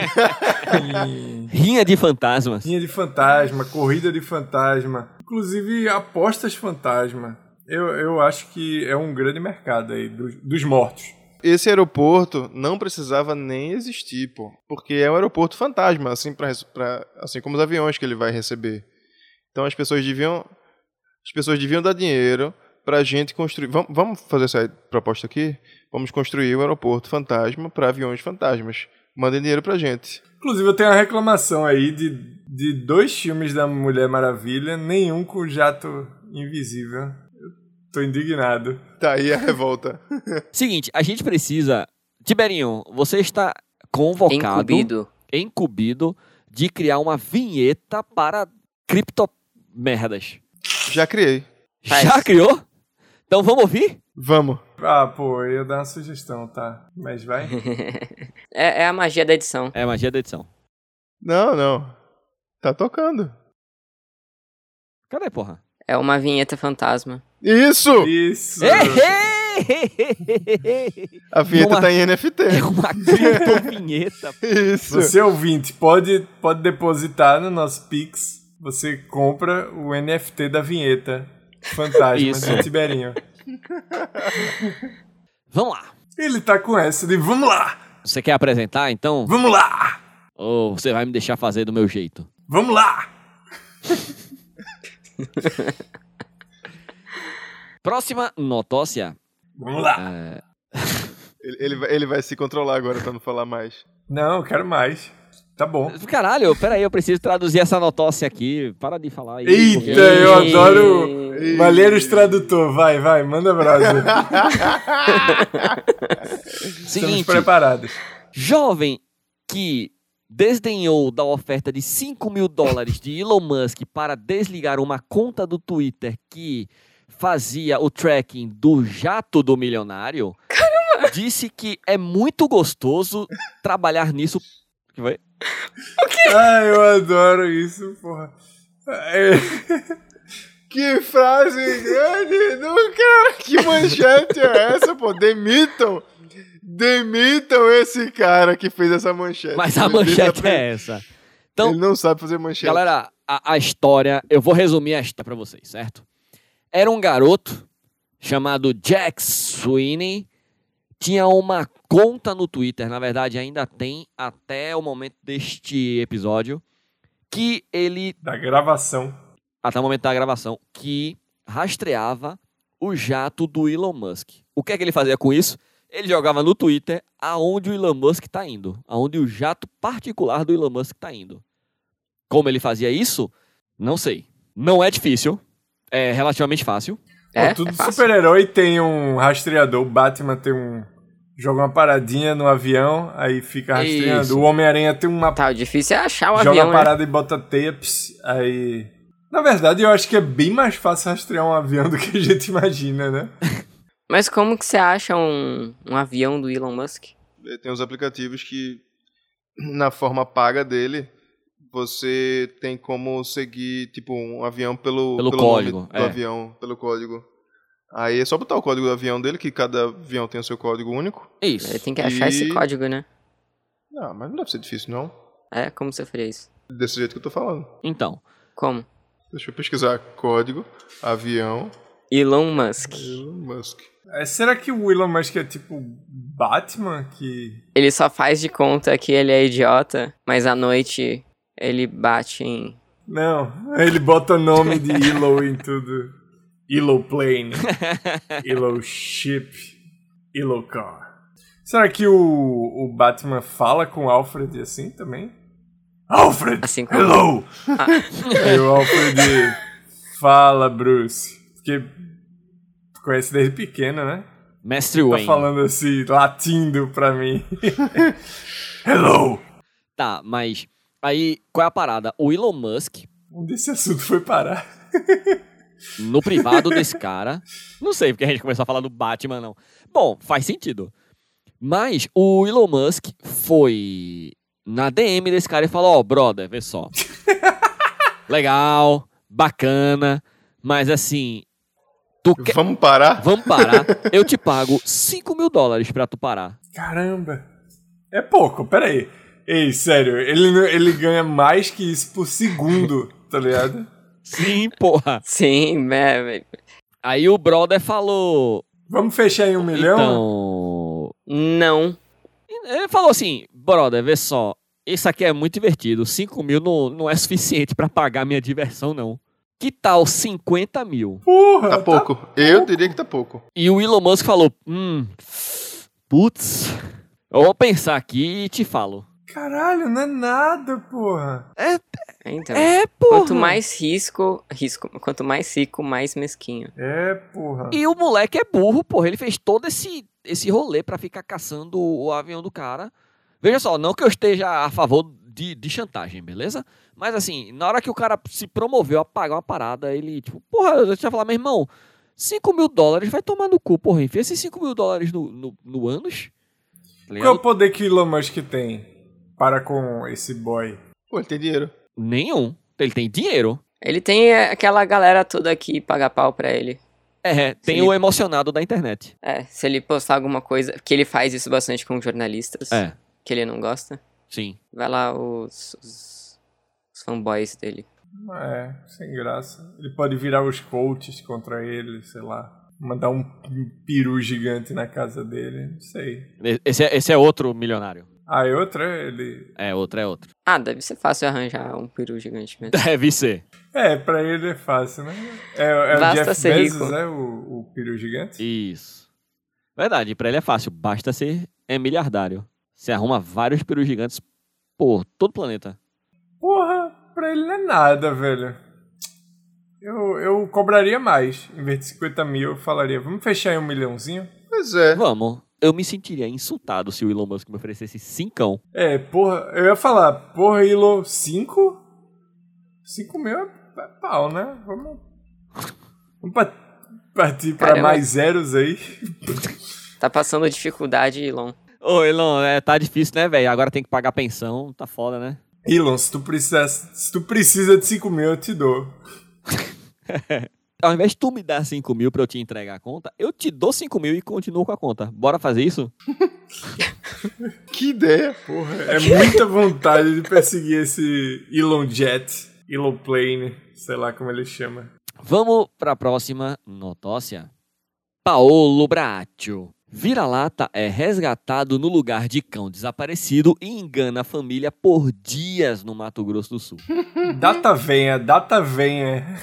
Speaker 1: em
Speaker 3: Rinha de fantasmas.
Speaker 1: linha de fantasma, corrida de fantasma. Inclusive apostas fantasma. Eu, eu acho que é um grande mercado aí dos, dos mortos.
Speaker 2: Esse aeroporto não precisava nem existir, pô. Porque é um aeroporto fantasma, assim, pra, pra- assim como os aviões que ele vai receber. Então as pessoas deviam. As pessoas deviam dar dinheiro pra gente construir. Vamos, vamos fazer essa proposta aqui? Vamos construir um aeroporto fantasma pra aviões fantasmas. Mandem dinheiro pra gente.
Speaker 1: Inclusive, eu tenho uma reclamação aí de, de dois filmes da Mulher Maravilha, nenhum com jato invisível. Eu tô indignado.
Speaker 2: Tá aí a revolta.
Speaker 3: Seguinte, a gente precisa. Tiberinho, você está convocado,
Speaker 4: Encubido.
Speaker 3: incumbido de criar uma vinheta para criptomerdas.
Speaker 2: Já criei.
Speaker 4: Faz.
Speaker 3: Já criou? Então vamos ouvir?
Speaker 2: Vamos.
Speaker 1: Ah, pô, eu ia dar uma sugestão, tá? Mas vai.
Speaker 4: É, é a magia da edição.
Speaker 3: É magia da edição.
Speaker 2: Não, não. Tá tocando.
Speaker 3: Cadê, porra?
Speaker 4: É uma vinheta fantasma.
Speaker 2: Isso!
Speaker 1: Isso!
Speaker 3: Errei!
Speaker 2: A vinheta
Speaker 3: Vamos
Speaker 2: tá em NFT.
Speaker 3: É uma criptovinheta.
Speaker 2: Isso.
Speaker 1: Você é ouvinte, pode, pode depositar no nosso Pix. Você compra o NFT da vinheta Fantasma
Speaker 3: Isso.
Speaker 1: de Tiberinho.
Speaker 3: Vamos lá.
Speaker 1: Ele tá com essa de vamos lá,
Speaker 3: Você quer apresentar, então?
Speaker 1: vamos lá,
Speaker 3: Ou você vai me deixar fazer do meu jeito?
Speaker 1: vamos lá.
Speaker 3: Próxima notócia.
Speaker 1: Vamos lá.
Speaker 3: É,
Speaker 2: Ele, ele vai, ele vai se controlar agora pra não falar mais.
Speaker 1: Não, eu quero mais. Tá bom.
Speaker 3: Caralho, peraí, eu preciso traduzir essa notócia aqui. Para de falar aí.
Speaker 1: Eita,
Speaker 3: porque-
Speaker 1: eu adoro.
Speaker 4: E-
Speaker 1: Valheiros Tradutor, vai, vai, manda brasa. Estamos
Speaker 3: Seguinte,
Speaker 1: preparados.
Speaker 3: jovem que desdenhou da oferta de 5 mil dólares de Elon Musk para desligar uma conta do Twitter que fazia o tracking do jato do milionário, disse que é muito gostoso trabalhar nisso que foi?
Speaker 1: Ai, Ah, eu adoro isso, porra. É.
Speaker 2: Que frase grande do cara! Que manchete é essa, pô? Demitam! Demitam esse cara que fez essa manchete.
Speaker 3: Mas a
Speaker 2: Ele tá
Speaker 3: manchete
Speaker 2: pre-
Speaker 3: é essa. Então-
Speaker 2: Ele não sabe fazer manchete.
Speaker 3: Galera, a, a história, eu vou resumir a história pra vocês, certo? Era um garoto chamado Jack Sweeney, tinha uma conta no Twitter, na verdade ainda tem até o momento deste episódio, que ele,
Speaker 1: Da gravação.
Speaker 3: até o momento da gravação, que rastreava o jato do Elon Musk. O que é que ele fazia com isso? Ele jogava no Twitter aonde o Elon Musk tá indo, aonde o jato particular do Elon Musk tá indo. Como ele fazia isso? Não sei. Não é difícil. É relativamente fácil.
Speaker 4: É,
Speaker 1: Pô, tudo
Speaker 4: é fácil.
Speaker 1: super-herói tem um rastreador. O Batman tem um. Joga uma paradinha no avião, aí fica rastreando.
Speaker 3: Isso.
Speaker 1: O Homem-Aranha tem uma.
Speaker 4: Tá, o difícil é achar o
Speaker 1: joga
Speaker 4: avião,
Speaker 1: a
Speaker 4: né?
Speaker 1: parada e bota tapes, aí. Na verdade, eu acho que é bem mais fácil rastrear um avião do que a gente imagina, né?
Speaker 4: Mas como que você acha um, um avião do Elon Musk?
Speaker 2: É, Tem uns aplicativos que, na forma paga dele, você tem como seguir, tipo, um avião pelo,
Speaker 3: Pelo
Speaker 2: nome
Speaker 3: código,
Speaker 2: do
Speaker 3: é.
Speaker 2: avião, pelo código. Aí é só botar o código do avião dele, que cada avião tem o seu código único.
Speaker 3: Isso.
Speaker 4: Ele tem que achar esse
Speaker 2: E-
Speaker 4: código, né?
Speaker 2: Não, mas não deve ser difícil, não.
Speaker 4: É, como você faria isso?
Speaker 2: Desse jeito que eu tô falando.
Speaker 3: Então,
Speaker 4: Como?
Speaker 2: Deixa eu pesquisar. Código, avião,
Speaker 4: Elon Musk.
Speaker 2: Elon Musk.
Speaker 1: É, será que o Elon Musk é tipo Batman? Que.
Speaker 4: Ele só faz de conta que ele é idiota, mas à noite ele bate em.
Speaker 1: Não, ele bota nome de Elo em tudo. Elo Plane, Elo Ship, Elo Car. Será que o, o Batman fala com o Alfred assim também? Alfred!
Speaker 4: Assim como-
Speaker 1: hello! Aí o Alfred fala, Bruce. Porque conhece desde pequeno, né?
Speaker 3: Mestre
Speaker 1: Tá
Speaker 3: Wayne.
Speaker 1: falando assim, latindo pra mim. hello!
Speaker 3: Tá, mas aí qual é a parada? O Elon Musk,
Speaker 1: Onde esse Um assunto foi parar?
Speaker 3: no privado desse cara. Não sei porque a gente começou a falar do Batman, não. Bom, faz sentido. Mas o Elon Musk foi na DM desse cara e falou: Ó, brother, vê só. Legal, bacana, mas assim. Tu quer.
Speaker 2: Vamos parar?
Speaker 3: Vamos parar. Eu te pago 5 mil dólares pra tu parar.
Speaker 1: Caramba! É pouco, peraí. Ei, sério, ele, não- ele ganha mais que isso por segundo, tá ligado?
Speaker 3: Sim, porra.
Speaker 4: Sim, é,
Speaker 3: Aí o brother falou.
Speaker 1: Vamos fechar em um milhão?
Speaker 3: Então.
Speaker 4: Não.
Speaker 3: Ele falou assim, brother, vê só, isso aqui é muito divertido, 5 mil não, não é suficiente pra pagar minha diversão, não. Que tal 50 mil?
Speaker 1: Porra!
Speaker 2: Tá pouco. Eu diria que tá pouco.
Speaker 3: E o Elon Musk falou, hum, putz, eu vou pensar aqui e te falo.
Speaker 1: Caralho, não é nada, porra.
Speaker 4: Então.
Speaker 3: É, porra.
Speaker 4: Quanto mais risco, risco, quanto mais rico, mais mesquinho.
Speaker 1: É, porra.
Speaker 3: E o moleque é burro, porra, ele fez todo esse, esse rolê pra ficar caçando o, o avião do cara. Veja só, não que eu esteja a favor de, de chantagem, beleza? Mas assim, na hora que o cara se promoveu a pagar uma parada, ele, tipo, porra, eu já falar, meu irmão, 5 mil dólares vai tomar no cu, porra, enfia esses 5 mil dólares no, no, no anos. Tá
Speaker 1: Qual é
Speaker 3: ligado?
Speaker 1: o poder que Elon Musk tem para com esse boy?
Speaker 2: Pô, ele tem dinheiro.
Speaker 3: Nenhum. Ele tem dinheiro.
Speaker 4: Ele tem é, aquela galera toda que paga pau pra ele.
Speaker 3: É, tem
Speaker 4: Sim.
Speaker 3: o emocionado da internet.
Speaker 4: É, se ele postar alguma coisa, que ele faz isso bastante com jornalistas,
Speaker 3: É,
Speaker 4: que ele não gosta,
Speaker 3: sim.
Speaker 4: vai lá os, os, os fanboys dele.
Speaker 1: É, sem graça. Ele pode virar os coaches contra ele, sei lá. Mandar um peru gigante na casa dele, não sei.
Speaker 3: E- Esse é, esse é outro milionário.
Speaker 1: Ah, e outra, ele.
Speaker 3: É, outro, é outro.
Speaker 4: Ah, deve ser fácil arranjar um peru gigante mesmo.
Speaker 3: Deve ser.
Speaker 1: É, pra ele é fácil, né? É, é o
Speaker 4: Basta
Speaker 1: Jeff
Speaker 4: ser rico.
Speaker 1: Bezos, é o, o peru gigante?
Speaker 3: Isso. Verdade, pra ele é fácil, basta ser é miliardário. Você arruma vários perus gigantes por todo o planeta.
Speaker 1: Porra, pra ele não é nada, velho. Eu, eu cobraria mais. Em vez de 50 mil, eu falaria, vamos fechar em um milhãozinho?
Speaker 2: Pois é.
Speaker 3: Vamos. Eu me sentiria insultado se o Elon Musk me oferecesse cincão.
Speaker 1: É, porra, eu ia falar, porra, Ilo, 5? 5 mil é é pau, né? Vamos, vamos pa- partir pra
Speaker 4: Caramba.
Speaker 1: mais zeros aí.
Speaker 4: Tá passando dificuldade, Elon.
Speaker 3: Ô, Elon, é, tá difícil, né, velho? Agora tem que pagar pensão, tá foda, né?
Speaker 1: Elon, se tu, precisa, se tu precisa de 5 mil, eu te dou.
Speaker 3: Ao invés de tu me dar 5 mil pra eu te entregar a conta, eu te dou 5 mil e continuo com a conta. Bora fazer isso?
Speaker 2: Que ideia.
Speaker 1: Porra, é muita vontade de perseguir esse Elon Jet, Elon Plane, sei lá como ele chama.
Speaker 3: Vamos pra próxima notócia. Paolo Braatio. Vira-lata é resgatado no lugar de cão desaparecido e engana a família por dias no Mato Grosso do Sul.
Speaker 1: Data venha, data venha.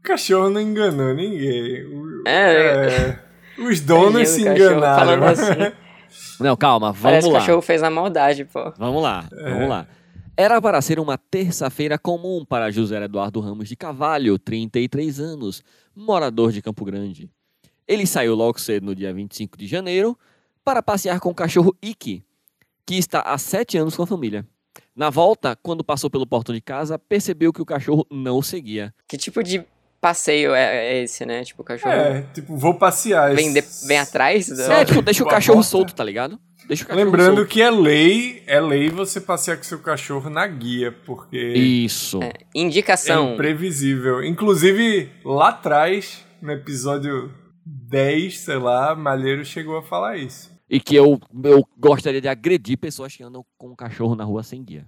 Speaker 1: O cachorro não enganou ninguém. O-
Speaker 4: É.
Speaker 1: é, os donos se né?
Speaker 4: Imagina o
Speaker 1: enganaram.
Speaker 4: cachorro
Speaker 1: É,
Speaker 4: Falando assim,
Speaker 3: Não, calma,
Speaker 4: parece
Speaker 3: vamos
Speaker 4: que o
Speaker 3: lá.
Speaker 4: cachorro fez na maldade, pô.
Speaker 3: Vamos lá, vamos lá. Era para ser uma terça-feira comum para José Eduardo Ramos de Cavalho, 33 anos, morador de Campo Grande. Ele saiu logo cedo no dia 25 de janeiro para passear com o cachorro Iki, que está há 7 anos com a família. Na volta, quando passou pelo portão de casa, percebeu que o cachorro não o seguia.
Speaker 4: Que tipo de passeio é, é esse, né? Tipo, o cachorro
Speaker 1: É, tipo, vou passear.
Speaker 4: vem, de- vem atrás do...
Speaker 1: Sério?
Speaker 3: É, tipo, deixa o
Speaker 1: Boa
Speaker 3: cachorro
Speaker 1: volta.
Speaker 3: solto, tá ligado? Deixa o cachorro
Speaker 1: Lembrando
Speaker 3: solto.
Speaker 1: que é lei, é lei você passear com seu cachorro na guia, porque
Speaker 3: Isso.
Speaker 1: é
Speaker 4: Indicação.
Speaker 1: imprevisível. Inclusive, lá atrás, no episódio 10, sei lá, Malheiro chegou a falar isso.
Speaker 3: E que eu, eu gostaria de agredir pessoas que andam com um cachorro na rua sem guia.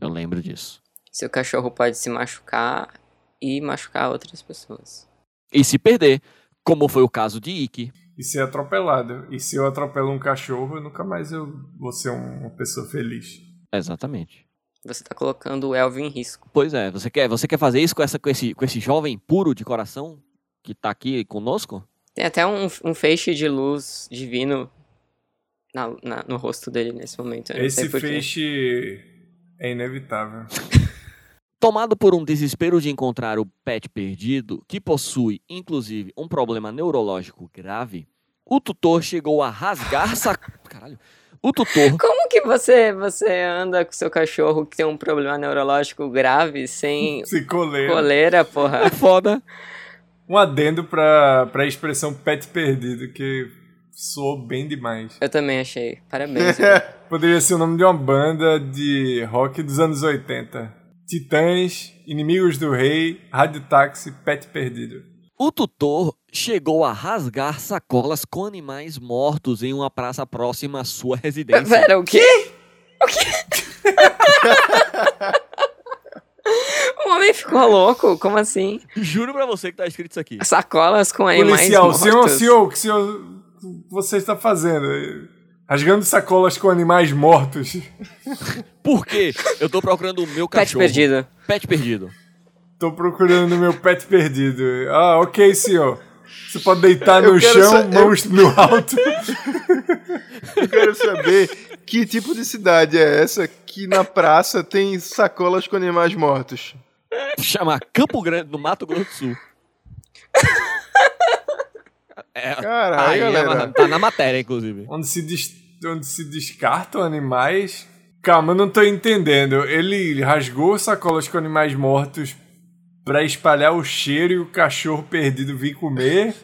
Speaker 3: Eu lembro disso.
Speaker 4: Seu cachorro pode se machucar e machucar outras pessoas.
Speaker 3: E se perder, como foi o caso de Ike.
Speaker 1: E ser atropelado. E se eu atropelo um cachorro, nunca mais eu vou ser um, uma pessoa feliz.
Speaker 3: Exatamente.
Speaker 4: Você tá colocando o Elvio em risco.
Speaker 3: Pois é, você quer, você quer fazer isso com, essa, com, esse, com esse jovem puro de coração que tá aqui conosco?
Speaker 4: Tem até um, um feixe de luz divino na- na- no rosto dele nesse momento. Eu não
Speaker 1: Esse
Speaker 4: sei porquê.
Speaker 1: feixe é inevitável.
Speaker 3: Tomado por um desespero de encontrar o pet perdido, que possui, inclusive, um problema neurológico grave, o tutor chegou a rasgar sac... Caralho. O tutor
Speaker 4: Como que você, você anda com seu cachorro que tem um problema neurológico grave sem
Speaker 1: Se coleira.
Speaker 4: coleira, porra?
Speaker 3: é foda.
Speaker 1: Um adendo pra, pra expressão pet perdido, que soou bem demais.
Speaker 4: Eu também achei. Parabéns.
Speaker 1: Poderia ser o nome de uma banda de rock dos anos 80. Titãs, Inimigos do Rei, Rádio Táxi, Pet Perdido.
Speaker 3: O tutor chegou a rasgar sacolas com animais mortos em uma praça próxima à sua residência.
Speaker 4: Pera, o quê? O quê? o homem ficou louco? Como assim?
Speaker 3: Juro pra você que tá escrito isso aqui.
Speaker 4: Sacolas com animais
Speaker 1: Policial,
Speaker 4: mortos.
Speaker 1: senhor, senhor, o que senhor, o que você está fazendo? Rasgando sacolas com animais mortos.
Speaker 3: Por quê? Eu tô procurando o meu
Speaker 4: Pet
Speaker 3: cachorro.
Speaker 4: perdido.
Speaker 3: Pet perdido.
Speaker 1: Tô procurando meu pet perdido. Ah, ok, senhor. Você pode deitar
Speaker 2: Eu
Speaker 1: no
Speaker 2: quero
Speaker 1: chão,
Speaker 2: sa- eu-
Speaker 1: mãos no alto.
Speaker 2: Eu quero saber que tipo de cidade é essa que na praça tem sacolas com animais mortos.
Speaker 3: Chama Campo Grande, no Mato Grosso do Sul. É,
Speaker 2: Caralho,
Speaker 3: aí é
Speaker 2: galera.
Speaker 3: amarrado. tá na matéria, inclusive.
Speaker 1: Onde se, des- onde se descartam animais. Calma, eu não tô entendendo. Ele rasgou sacolas com animais mortos pra espalhar o cheiro e o cachorro perdido vir comer.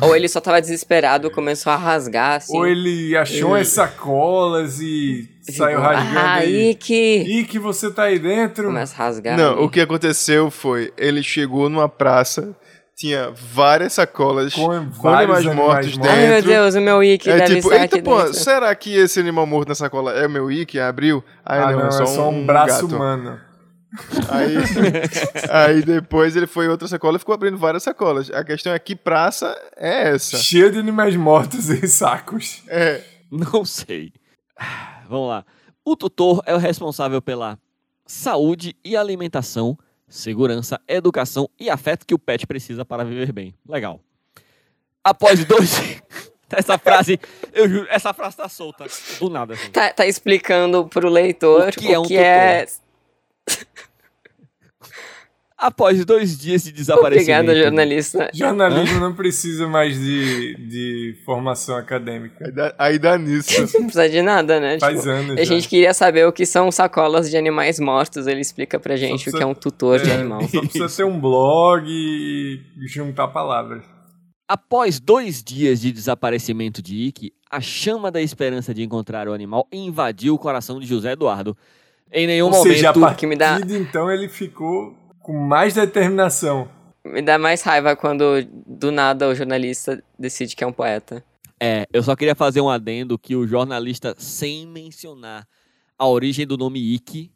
Speaker 4: Ou ele só tava desesperado, começou a rasgar, assim.
Speaker 1: Ou ele achou as sacolas e saiu rasgando
Speaker 4: Ah,
Speaker 1: aí.
Speaker 4: aí que...
Speaker 1: E que você tá aí dentro.
Speaker 4: Começa a rasgar.
Speaker 2: Não,
Speaker 4: ali.
Speaker 2: o que aconteceu foi, ele chegou numa praça, tinha várias sacolas
Speaker 1: Com
Speaker 2: com,
Speaker 1: vários
Speaker 2: animais mortos
Speaker 1: mortos.
Speaker 2: dentro.
Speaker 4: Ai, meu Deus, o meu wiki
Speaker 2: é
Speaker 4: deve
Speaker 2: tipo,
Speaker 4: estar aqui
Speaker 2: eita, pô,
Speaker 4: dentro.
Speaker 2: será que esse animal morto na sacola é o meu Ike? Abriu? Aí
Speaker 1: Ah,
Speaker 2: não, é só, um,
Speaker 1: braço
Speaker 2: gato.
Speaker 1: humano.
Speaker 2: Aí, aí depois ele foi em outra sacola e ficou abrindo várias sacolas. A questão é que praça é essa?
Speaker 1: Cheio de animais mortos em sacos.
Speaker 2: É,
Speaker 3: Não sei. Vamos lá. O tutor é o responsável pela saúde e alimentação, segurança, educação e afeto que o pet precisa para viver bem. Legal. Após dois. essa frase, eu juro, essa frase tá solta. Do nada. Assim.
Speaker 4: Tá, tá explicando pro leitor
Speaker 3: O que é um tutor? Após dois dias de
Speaker 2: Tá
Speaker 3: desaparecimento.
Speaker 2: um
Speaker 4: Obrigada, jornalista.
Speaker 1: Jornalismo não precisa mais de, de formação acadêmica.
Speaker 2: aí dá, aí dá nisso.
Speaker 4: Não precisa de nada, né?
Speaker 1: Faz
Speaker 4: Tipo,
Speaker 1: anos.
Speaker 4: a gente
Speaker 1: já.
Speaker 4: queria saber o que são sacolas de animais mortos. Ele explica pra gente
Speaker 1: precisa-
Speaker 4: o que é um tutor de
Speaker 1: É,
Speaker 4: animal.
Speaker 1: Só precisa ter um blog e juntar palavras.
Speaker 3: Após dois dias de desaparecimento de Ike, a chama da esperança de encontrar o animal invadiu o coração de José Eduardo. Em nenhum
Speaker 1: Ou
Speaker 3: um momento.
Speaker 1: seja, a partir
Speaker 4: que me dá-
Speaker 1: então ele ficou com mais determinação.
Speaker 4: Me dá mais raiva quando do nada o jornalista decide que é um poeta.
Speaker 3: É, eu só queria fazer um adendo que o jornalista, sem mencionar a origem do nome Ikki,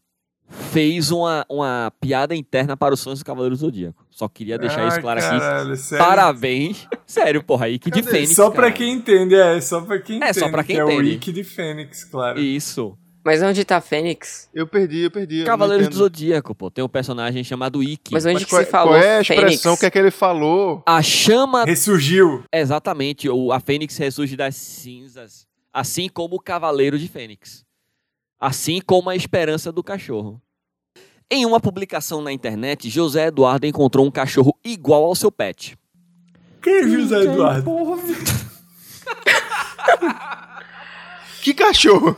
Speaker 3: fez uma, uma piada interna para os fãs do Cavaleiro do Zodíaco. Só queria deixar
Speaker 1: Ah,
Speaker 3: isso claro aqui.
Speaker 1: caralho, sério.
Speaker 3: Parabéns. Sério, porra, Ikki de
Speaker 1: Cadê?
Speaker 3: Fênix.
Speaker 1: Só pra
Speaker 3: cara.
Speaker 1: quem entende, é. Só pra quem entende.
Speaker 3: É, só pra quem
Speaker 1: que É o
Speaker 3: entende.
Speaker 1: Wiki de Fênix, claro.
Speaker 3: Isso.
Speaker 4: Mas onde tá a Fênix?
Speaker 2: Eu perdi, eu perdi. eu não
Speaker 3: Cavaleiros do
Speaker 2: entendo.
Speaker 3: Zodíaco, pô. Tem um personagem chamado Ikki.
Speaker 4: Mas onde
Speaker 2: Mas
Speaker 4: que
Speaker 2: qual,
Speaker 4: se falou
Speaker 2: qual é a
Speaker 4: Fênix?
Speaker 2: expressão que é que ele falou?
Speaker 3: A chama
Speaker 1: Ressurgiu.
Speaker 3: Exatamente, o- a Fênix ressurge das cinzas, assim como o Cavaleiro de Fênix, assim como a esperança do cachorro. Em uma publicação na internet, José Eduardo encontrou um cachorro igual ao seu pet.
Speaker 1: Quem é José Eduardo?
Speaker 2: Que cachorro?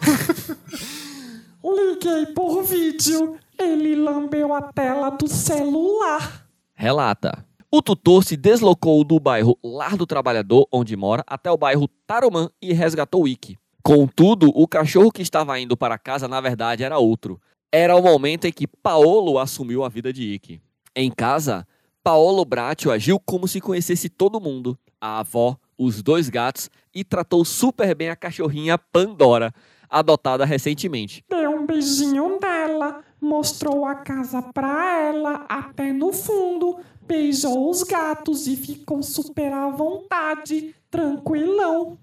Speaker 3: Liguei por vídeo, ele lambeu a tela do celular. Relata. O tutor se deslocou do bairro Lar do Trabalhador, onde mora, até o bairro Tarumã e resgatou o Ike. Contudo, o cachorro que estava indo para casa, na verdade, era outro. Era o momento em que Paolo assumiu a vida de Ike. Em casa, Paolo Bracho agiu como se conhecesse todo mundo. A avó, os dois gatos e tratou super bem a cachorrinha Pandora, adotada recentemente.
Speaker 5: Deu um beijinho nela, mostrou a casa pra ela até no fundo, beijou os gatos e ficou super à vontade, tranquilão.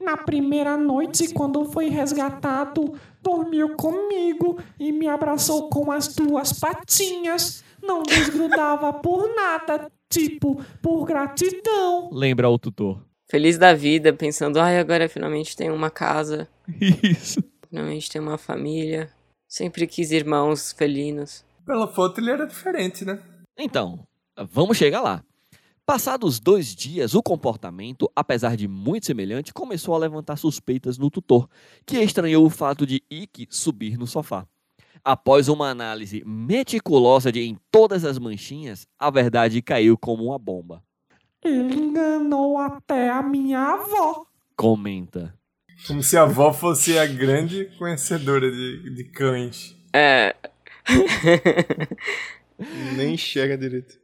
Speaker 5: Na primeira noite, quando foi resgatado, dormiu comigo e me abraçou com as duas patinhas. Não desgrudava por nada, tipo, por gratidão.
Speaker 3: Lembra o tutor.
Speaker 2: é-
Speaker 4: Feliz da vida, pensando, ai, agora finalmente tem uma casa,
Speaker 3: Isso.
Speaker 4: finalmente tem uma família. Sempre quis irmãos felinos.
Speaker 1: Pela foto ele era diferente, né?
Speaker 3: Então, vamos chegar lá. Passados dois dias, o comportamento, apesar de muito semelhante, começou a levantar suspeitas no tutor, que estranhou o fato de Ike subir no sofá. Após uma análise meticulosa de em todas as manchinhas, a verdade caiu como uma bomba.
Speaker 5: Ele enganou até a minha avó.
Speaker 3: Comenta.
Speaker 1: Como se a avó fosse a grande conhecedora de, de cães.
Speaker 4: É.
Speaker 2: Nem enxerga direito.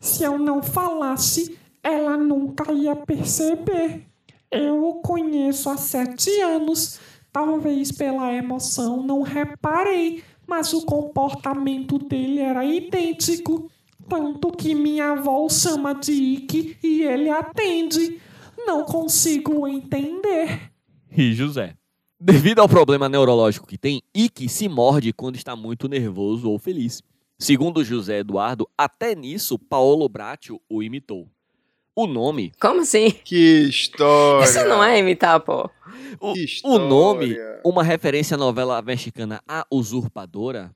Speaker 5: Se eu não falasse, ela nunca ia perceber. Eu o conheço há sete anos. Talvez pela emoção não reparei, mas o comportamento dele era idêntico. Tanto que minha avó o chama de Ike e ele atende. Não consigo entender.
Speaker 3: E José. Devido ao problema neurológico que tem, Ike se morde quando está muito nervoso ou feliz. Segundo José Eduardo, até nisso Paolo Bracho o imitou. O nome,
Speaker 4: Como assim?
Speaker 2: Que história.
Speaker 4: Isso não é imitar, pô.
Speaker 3: o,
Speaker 2: Que
Speaker 3: o nome,
Speaker 2: história.
Speaker 3: uma referência à novela mexicana A Usurpadora,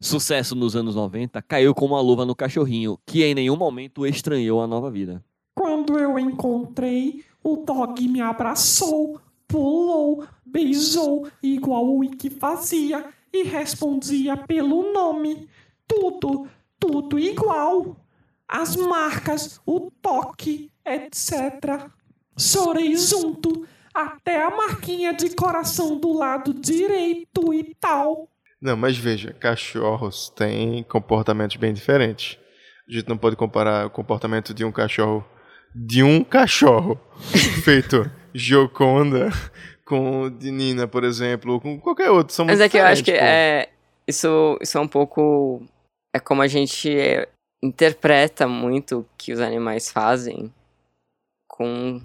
Speaker 3: sucesso nos anos 90, caiu como uma luva no cachorrinho, que em nenhum momento estranhou a nova vida.
Speaker 5: Quando eu encontrei, o dog me abraçou, pulou, beijou, igual o Wiki fazia, e respondia pelo nome. Tudo, tudo igual. As marcas, o toque, etc. Chorei junto, até a marquinha de coração do lado direito e tal.
Speaker 2: Não, mas veja, cachorros têm comportamentos bem diferentes. A gente não pode comparar o comportamento de um cachorro de um cachorro feito Gioconda com o de Nina, por exemplo, ou com qualquer outro. São
Speaker 4: Mas
Speaker 2: muito
Speaker 4: é que eu acho que
Speaker 2: diferentes,
Speaker 4: é, isso, isso é um pouco. É como a gente é, interpreta muito o que os animais fazem com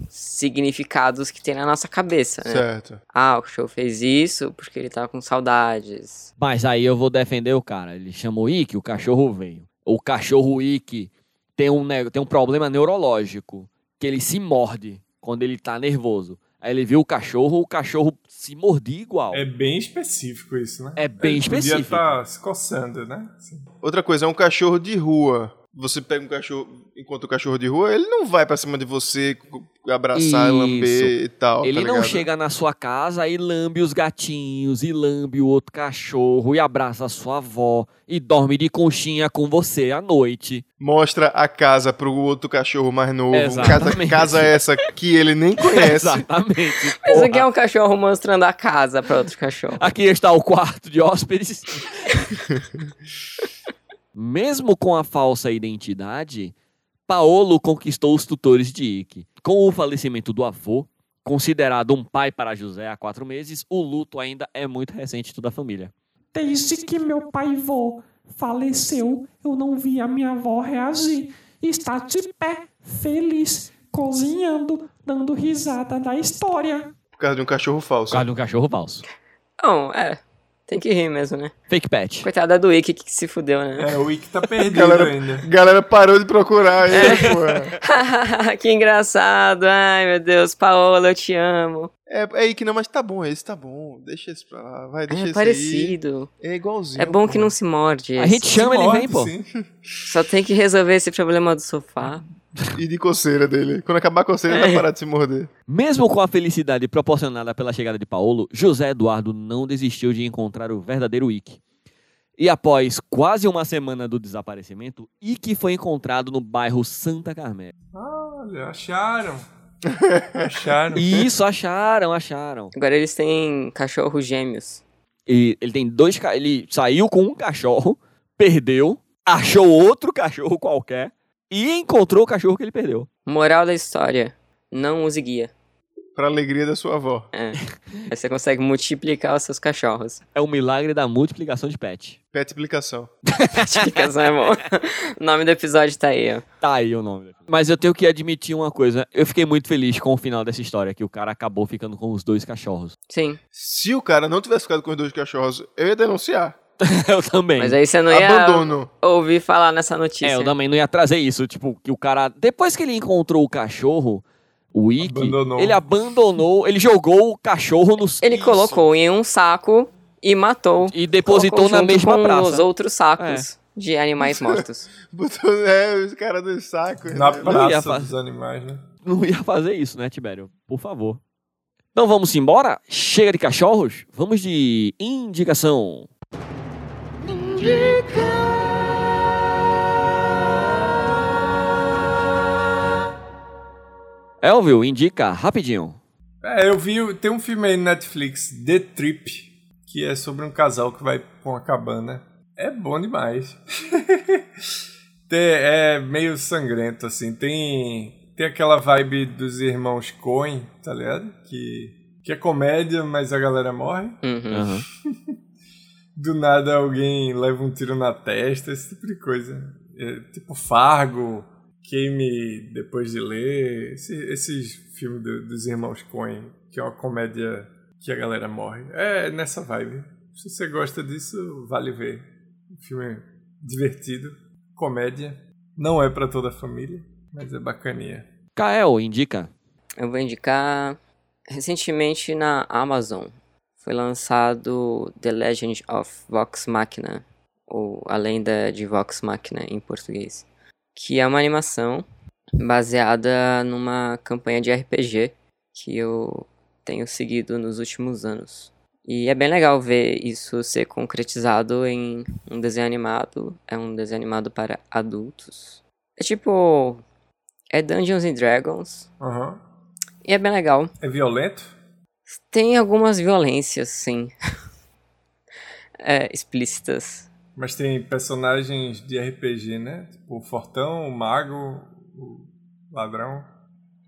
Speaker 4: significados que tem na nossa cabeça,
Speaker 2: pô.
Speaker 4: né?
Speaker 2: Certo.
Speaker 4: Ah, o cachorro fez isso porque ele tava com saudades.
Speaker 3: Mas aí eu vou defender o cara. Ele chamou Ike, o cachorro veio. O cachorro Ike tem um, ne- tem um problema neurológico, que ele se morde quando ele tá nervoso. Aí ele viu o cachorro, o cachorro se mordia igual.
Speaker 1: É bem específico isso, né?
Speaker 3: É bem
Speaker 1: Ele Podia tá-
Speaker 3: específico.
Speaker 1: estar se coçando, né? Assim.
Speaker 2: Outra coisa, é um cachorro de rua. Você pega um cachorro, encontra o cachorro de rua, ele não vai pra cima de você co- co- abraçar,
Speaker 3: Isso.
Speaker 2: lamber e tal.
Speaker 3: Ele
Speaker 2: tá
Speaker 3: não
Speaker 2: ligado?
Speaker 3: chega na sua casa e lambe os gatinhos, e lambe o outro cachorro, e abraça a sua avó, e dorme de conchinha com você à noite.
Speaker 2: Mostra a casa pro outro cachorro mais novo. Casa,
Speaker 3: Exatamente.
Speaker 2: casa é essa que ele nem
Speaker 1: É,
Speaker 2: conhece.
Speaker 3: Exatamente.
Speaker 4: Mas o
Speaker 3: porra.
Speaker 4: que é um cachorro mostrando a casa pra outro cachorro?
Speaker 3: Aqui está o quarto de hóspedes. Mesmo com a falsa identidade, Paolo conquistou os tutores de Ike. Com o falecimento do avô, considerado um pai para José há quatro meses, o luto ainda é muito recente de toda a família.
Speaker 5: Desde que meu pai vô faleceu, eu não vi a minha avó reagir. Está de pé, feliz, cozinhando, dando risada da história.
Speaker 2: Por causa de um cachorro
Speaker 3: Por
Speaker 2: falso.
Speaker 3: causa de um cachorro falso.
Speaker 4: Não, é. Tem que rir mesmo, né?
Speaker 3: Fake pet.
Speaker 4: Coitada do Wiki que se fudeu, né?
Speaker 1: É, o Wiki tá perdido
Speaker 2: Galera-
Speaker 1: ainda.
Speaker 2: Galera parou de procurar ele, porra.
Speaker 3: É.
Speaker 4: que engraçado. Ai, meu Deus. Paola, eu te amo.
Speaker 2: É, é aí que não, mas tá bom, esse tá bom. Deixa esse pra lá, vai, deixa
Speaker 4: É
Speaker 2: esse
Speaker 4: parecido.
Speaker 2: aí. É igualzinho.
Speaker 4: É bom que
Speaker 2: porra.
Speaker 4: não se morde.
Speaker 3: A
Speaker 4: esse.
Speaker 3: gente chama, ele
Speaker 1: Morte,
Speaker 3: vem, pô.
Speaker 1: sim.
Speaker 4: Só tem que resolver esse problema do sofá.
Speaker 2: E de coceira dele. Quando acabar a coceira,
Speaker 4: É.
Speaker 2: ele vai parar de se morder.
Speaker 3: Mesmo com a felicidade proporcionada pela chegada de Paolo, José Eduardo não desistiu de encontrar o verdadeiro Ike. E após quase uma semana do desaparecimento, Ike foi encontrado no bairro Santa Carmela.
Speaker 1: Olha, acharam. Acharam.
Speaker 3: E isso acharam, acharam.
Speaker 4: Agora eles têm cachorros gêmeos.
Speaker 3: E ele tem dois, ca- ele saiu com um cachorro, perdeu, achou outro cachorro qualquer e encontrou o cachorro que ele perdeu.
Speaker 4: Moral da história. Não use guia.
Speaker 2: Pra alegria da sua avó.
Speaker 4: Aí Você consegue multiplicar os seus cachorros.
Speaker 3: É o milagre da multiplicação de pet.
Speaker 2: Pet explicação.
Speaker 4: Multiplicação é bom. O nome do episódio tá aí, ó.
Speaker 3: Tá aí o nome. Mas eu tenho que admitir uma coisa. Eu fiquei muito feliz com o final dessa história, que o cara acabou ficando com os dois cachorros.
Speaker 4: Sim.
Speaker 2: Se o cara não tivesse ficado com os dois cachorros, eu ia denunciar.
Speaker 3: eu também.
Speaker 4: Mas é aí você não ia
Speaker 2: Abandono.
Speaker 4: ouvir falar nessa notícia.
Speaker 3: é, eu também não ia trazer isso. Tipo, que o cara. Depois que ele encontrou o cachorro, o Ikki,
Speaker 1: Abandonou.
Speaker 3: ele abandonou, ele jogou o cachorro nos.
Speaker 4: Ele
Speaker 1: Isso.
Speaker 4: colocou em um saco e matou.
Speaker 3: E depositou
Speaker 4: Colocou
Speaker 3: na
Speaker 4: junto
Speaker 3: mesma
Speaker 4: com os
Speaker 3: praça. É.
Speaker 4: outros sacos de animais mortos.
Speaker 2: Botou, é, os caras dos sacos.
Speaker 1: Na
Speaker 2: né?
Speaker 3: Não ia
Speaker 1: praça
Speaker 3: fazer.
Speaker 1: dos animais, né?
Speaker 3: Não ia fazer isso, né, Tibério? Por favor. Então vamos embora? Chega de cachorros? Vamos de indicação. Elvio, indica rapidinho.
Speaker 1: É, eu vi. Tem um filme aí no Netflix, The Trip, que é sobre um casal que vai pra uma cabana. É bom demais. Tem- é meio sangrento, assim. Tem, tem aquela vibe dos irmãos Coen, tá ligado? Que, que é comédia, mas a galera morre.
Speaker 3: Ah.
Speaker 4: Uhum.
Speaker 1: Do nada alguém leva um tiro na testa, esse tipo de coisa. É, tipo Fargo, Game Depois de Ler, esse- esses filmes do- dos irmãos Coen, que é uma comédia que a galera morre. É nessa vibe. Se você gosta disso, vale ver. Um filme divertido, comédia. Não é pra toda a família, mas é bacaninha.
Speaker 3: Kael, indica.
Speaker 4: Eu vou indicar recentemente na Amazon. Foi lançado The Legend of Vox Machina, ou A Lenda de Vox Machina em português, que é uma animação baseada numa campanha de RPG que eu tenho seguido nos últimos anos. E é bem legal ver isso ser concretizado em um desenho animado. É um desenho animado para adultos. É tipo. É Dungeons and Dragons,
Speaker 1: Aham.
Speaker 4: e é bem legal.
Speaker 1: É violento?
Speaker 4: Tem algumas violências, sim. É, explícitas.
Speaker 1: Mas tem personagens de RPG, né? Tipo o Fortão, o Mago, o Ladrão.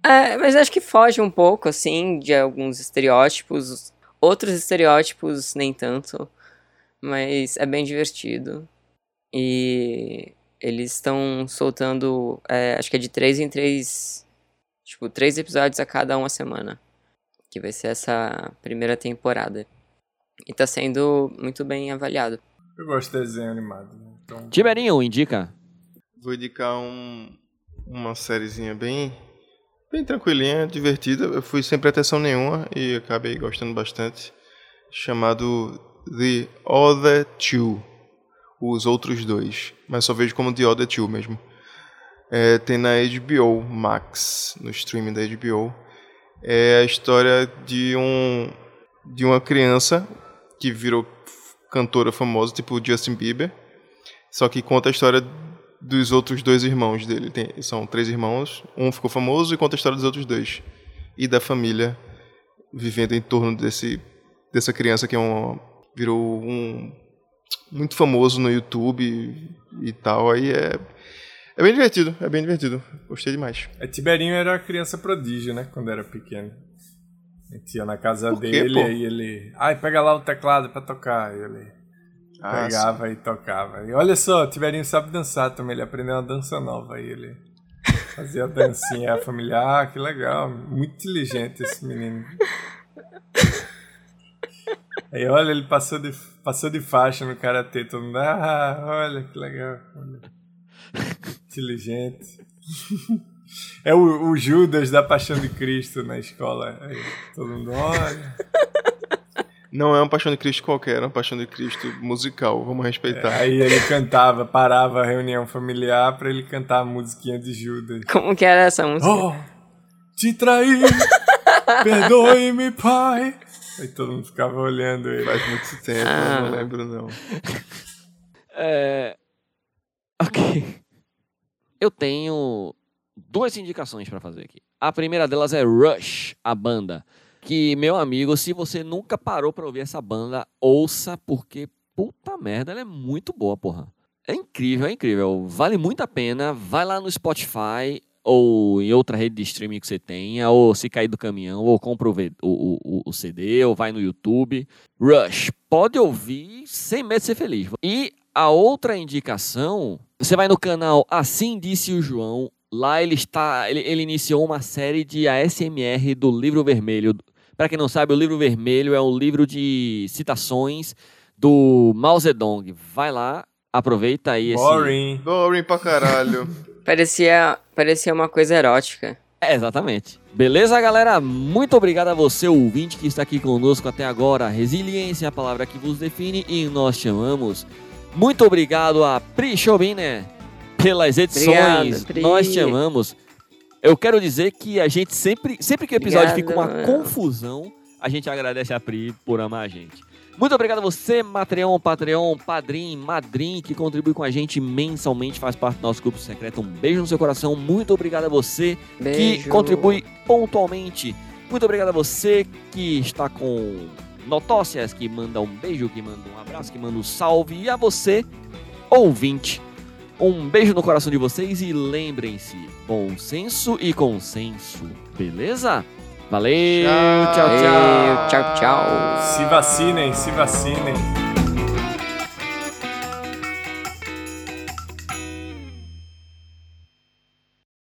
Speaker 4: É, mas acho que foge um pouco, assim, de alguns estereótipos. Outros estereótipos, nem tanto. Mas é bem divertido. E eles estão soltando, é, acho que é de três em três. Tipo, três episódios a cada uma semana. Que vai ser essa primeira temporada. E tá sendo muito bem avaliado.
Speaker 1: Eu gosto de desenho animado. né? Então,
Speaker 3: Tiberinho, indica.
Speaker 2: Vou indicar um, uma sériezinha bem, bem tranquilinha, divertida. Eu fui sem pretensão nenhuma e acabei gostando bastante. Chamado The Other Two. Os Outros Dois. Mas só vejo como The Other Two mesmo. É, tem na HBO Max, no streaming da HBO. É a história de um de uma criança que virou cantora famosa, tipo Justin Bieber. Só que conta a história dos outros dois irmãos dele. Tem- são três irmãos, um ficou famoso e conta a história dos outros dois. E da família vivendo em torno desse dessa criança que é um virou um muito famoso no YouTube e, e tal. Aí é é bem divertido, é bem divertido. Gostei demais.
Speaker 1: É, Tiberinho era criança prodígio, né? Quando era pequeno. A gente ia na casa
Speaker 2: Por quê,
Speaker 1: dele
Speaker 2: pô?
Speaker 1: e ele. Ai, pega lá o teclado pra tocar. E ele
Speaker 2: Ah,
Speaker 1: pegava e tocava. E olha só, Tiberinho sabe dançar também. Ele aprendeu uma dança nova. E ele fazia a dancinha familiar. Ah, que legal. Muito inteligente esse menino. Aí olha, ele passou de, passou de faixa no karatê. Todo mundo. Ah, olha que legal. olha. Inteligente. É o, o Judas da Paixão de Cristo na escola. Aí, todo mundo olha.
Speaker 2: Não é uma Paixão de Cristo qualquer, é uma Paixão de Cristo musical, vamos respeitar.
Speaker 1: Aí ele cantava, parava a reunião familiar pra ele cantar a musiquinha de Judas.
Speaker 4: Como que era essa música?
Speaker 1: Oh, te traí, perdoe-me, pai. Aí todo mundo ficava olhando ele.
Speaker 2: Faz muito tempo, eu não lembro não.
Speaker 3: É... Ok. Eu tenho duas indicações pra fazer aqui. A primeira delas é Rush, a banda. Que, meu amigo, se você nunca parou pra ouvir essa banda, ouça, porque puta merda, ela é muito boa, porra. É incrível, é incrível. Vale muito a pena. Vai lá no Spotify ou em outra rede de streaming que você tenha, ou se cair do caminhão, ou compra o, V- o- o- o CD, ou vai no YouTube. Rush, pode ouvir sem medo de ser feliz. E a outra indicação, você vai no canal Assim Disse o João. Lá ele está, ele, ele iniciou uma série de ASMR do Livro Vermelho. Para quem não sabe, o Livro Vermelho é um livro de citações do Mao Zedong. Vai lá, aproveita aí esse.
Speaker 1: Boring.
Speaker 2: Boring pra caralho.
Speaker 4: Parecia, parecia uma coisa erótica.
Speaker 3: É, exatamente. Beleza, galera? Muito obrigado a você, ouvinte, que está aqui conosco até agora. Resiliência é a palavra que vos define e nós chamamos. Muito obrigado a Pri Chauviner pelas edições.
Speaker 4: Obrigado, Pri.
Speaker 3: Nós chamamos. Eu quero dizer que a gente sempre, sempre que o episódio fica uma
Speaker 4: Obrigado.
Speaker 3: confusão, a gente agradece a Pri por amar a gente. Muito obrigado a você, Matreon, Patreon, Padrim, Madrim, que contribui com a gente mensalmente, faz parte do nosso grupo secreto. Um beijo no seu coração. Muito obrigado a você
Speaker 4: Beijo.
Speaker 3: que contribui pontualmente. Muito obrigado a você que está com notócias, que manda um beijo, que manda um abraço, que manda um salve. E a você, ouvinte, um beijo no coração de vocês e lembrem-se, bom senso e consenso, beleza? Valeu, tchau, tchau.
Speaker 4: Valeu, tchau, tchau.
Speaker 1: Se vacinem, se vacinem.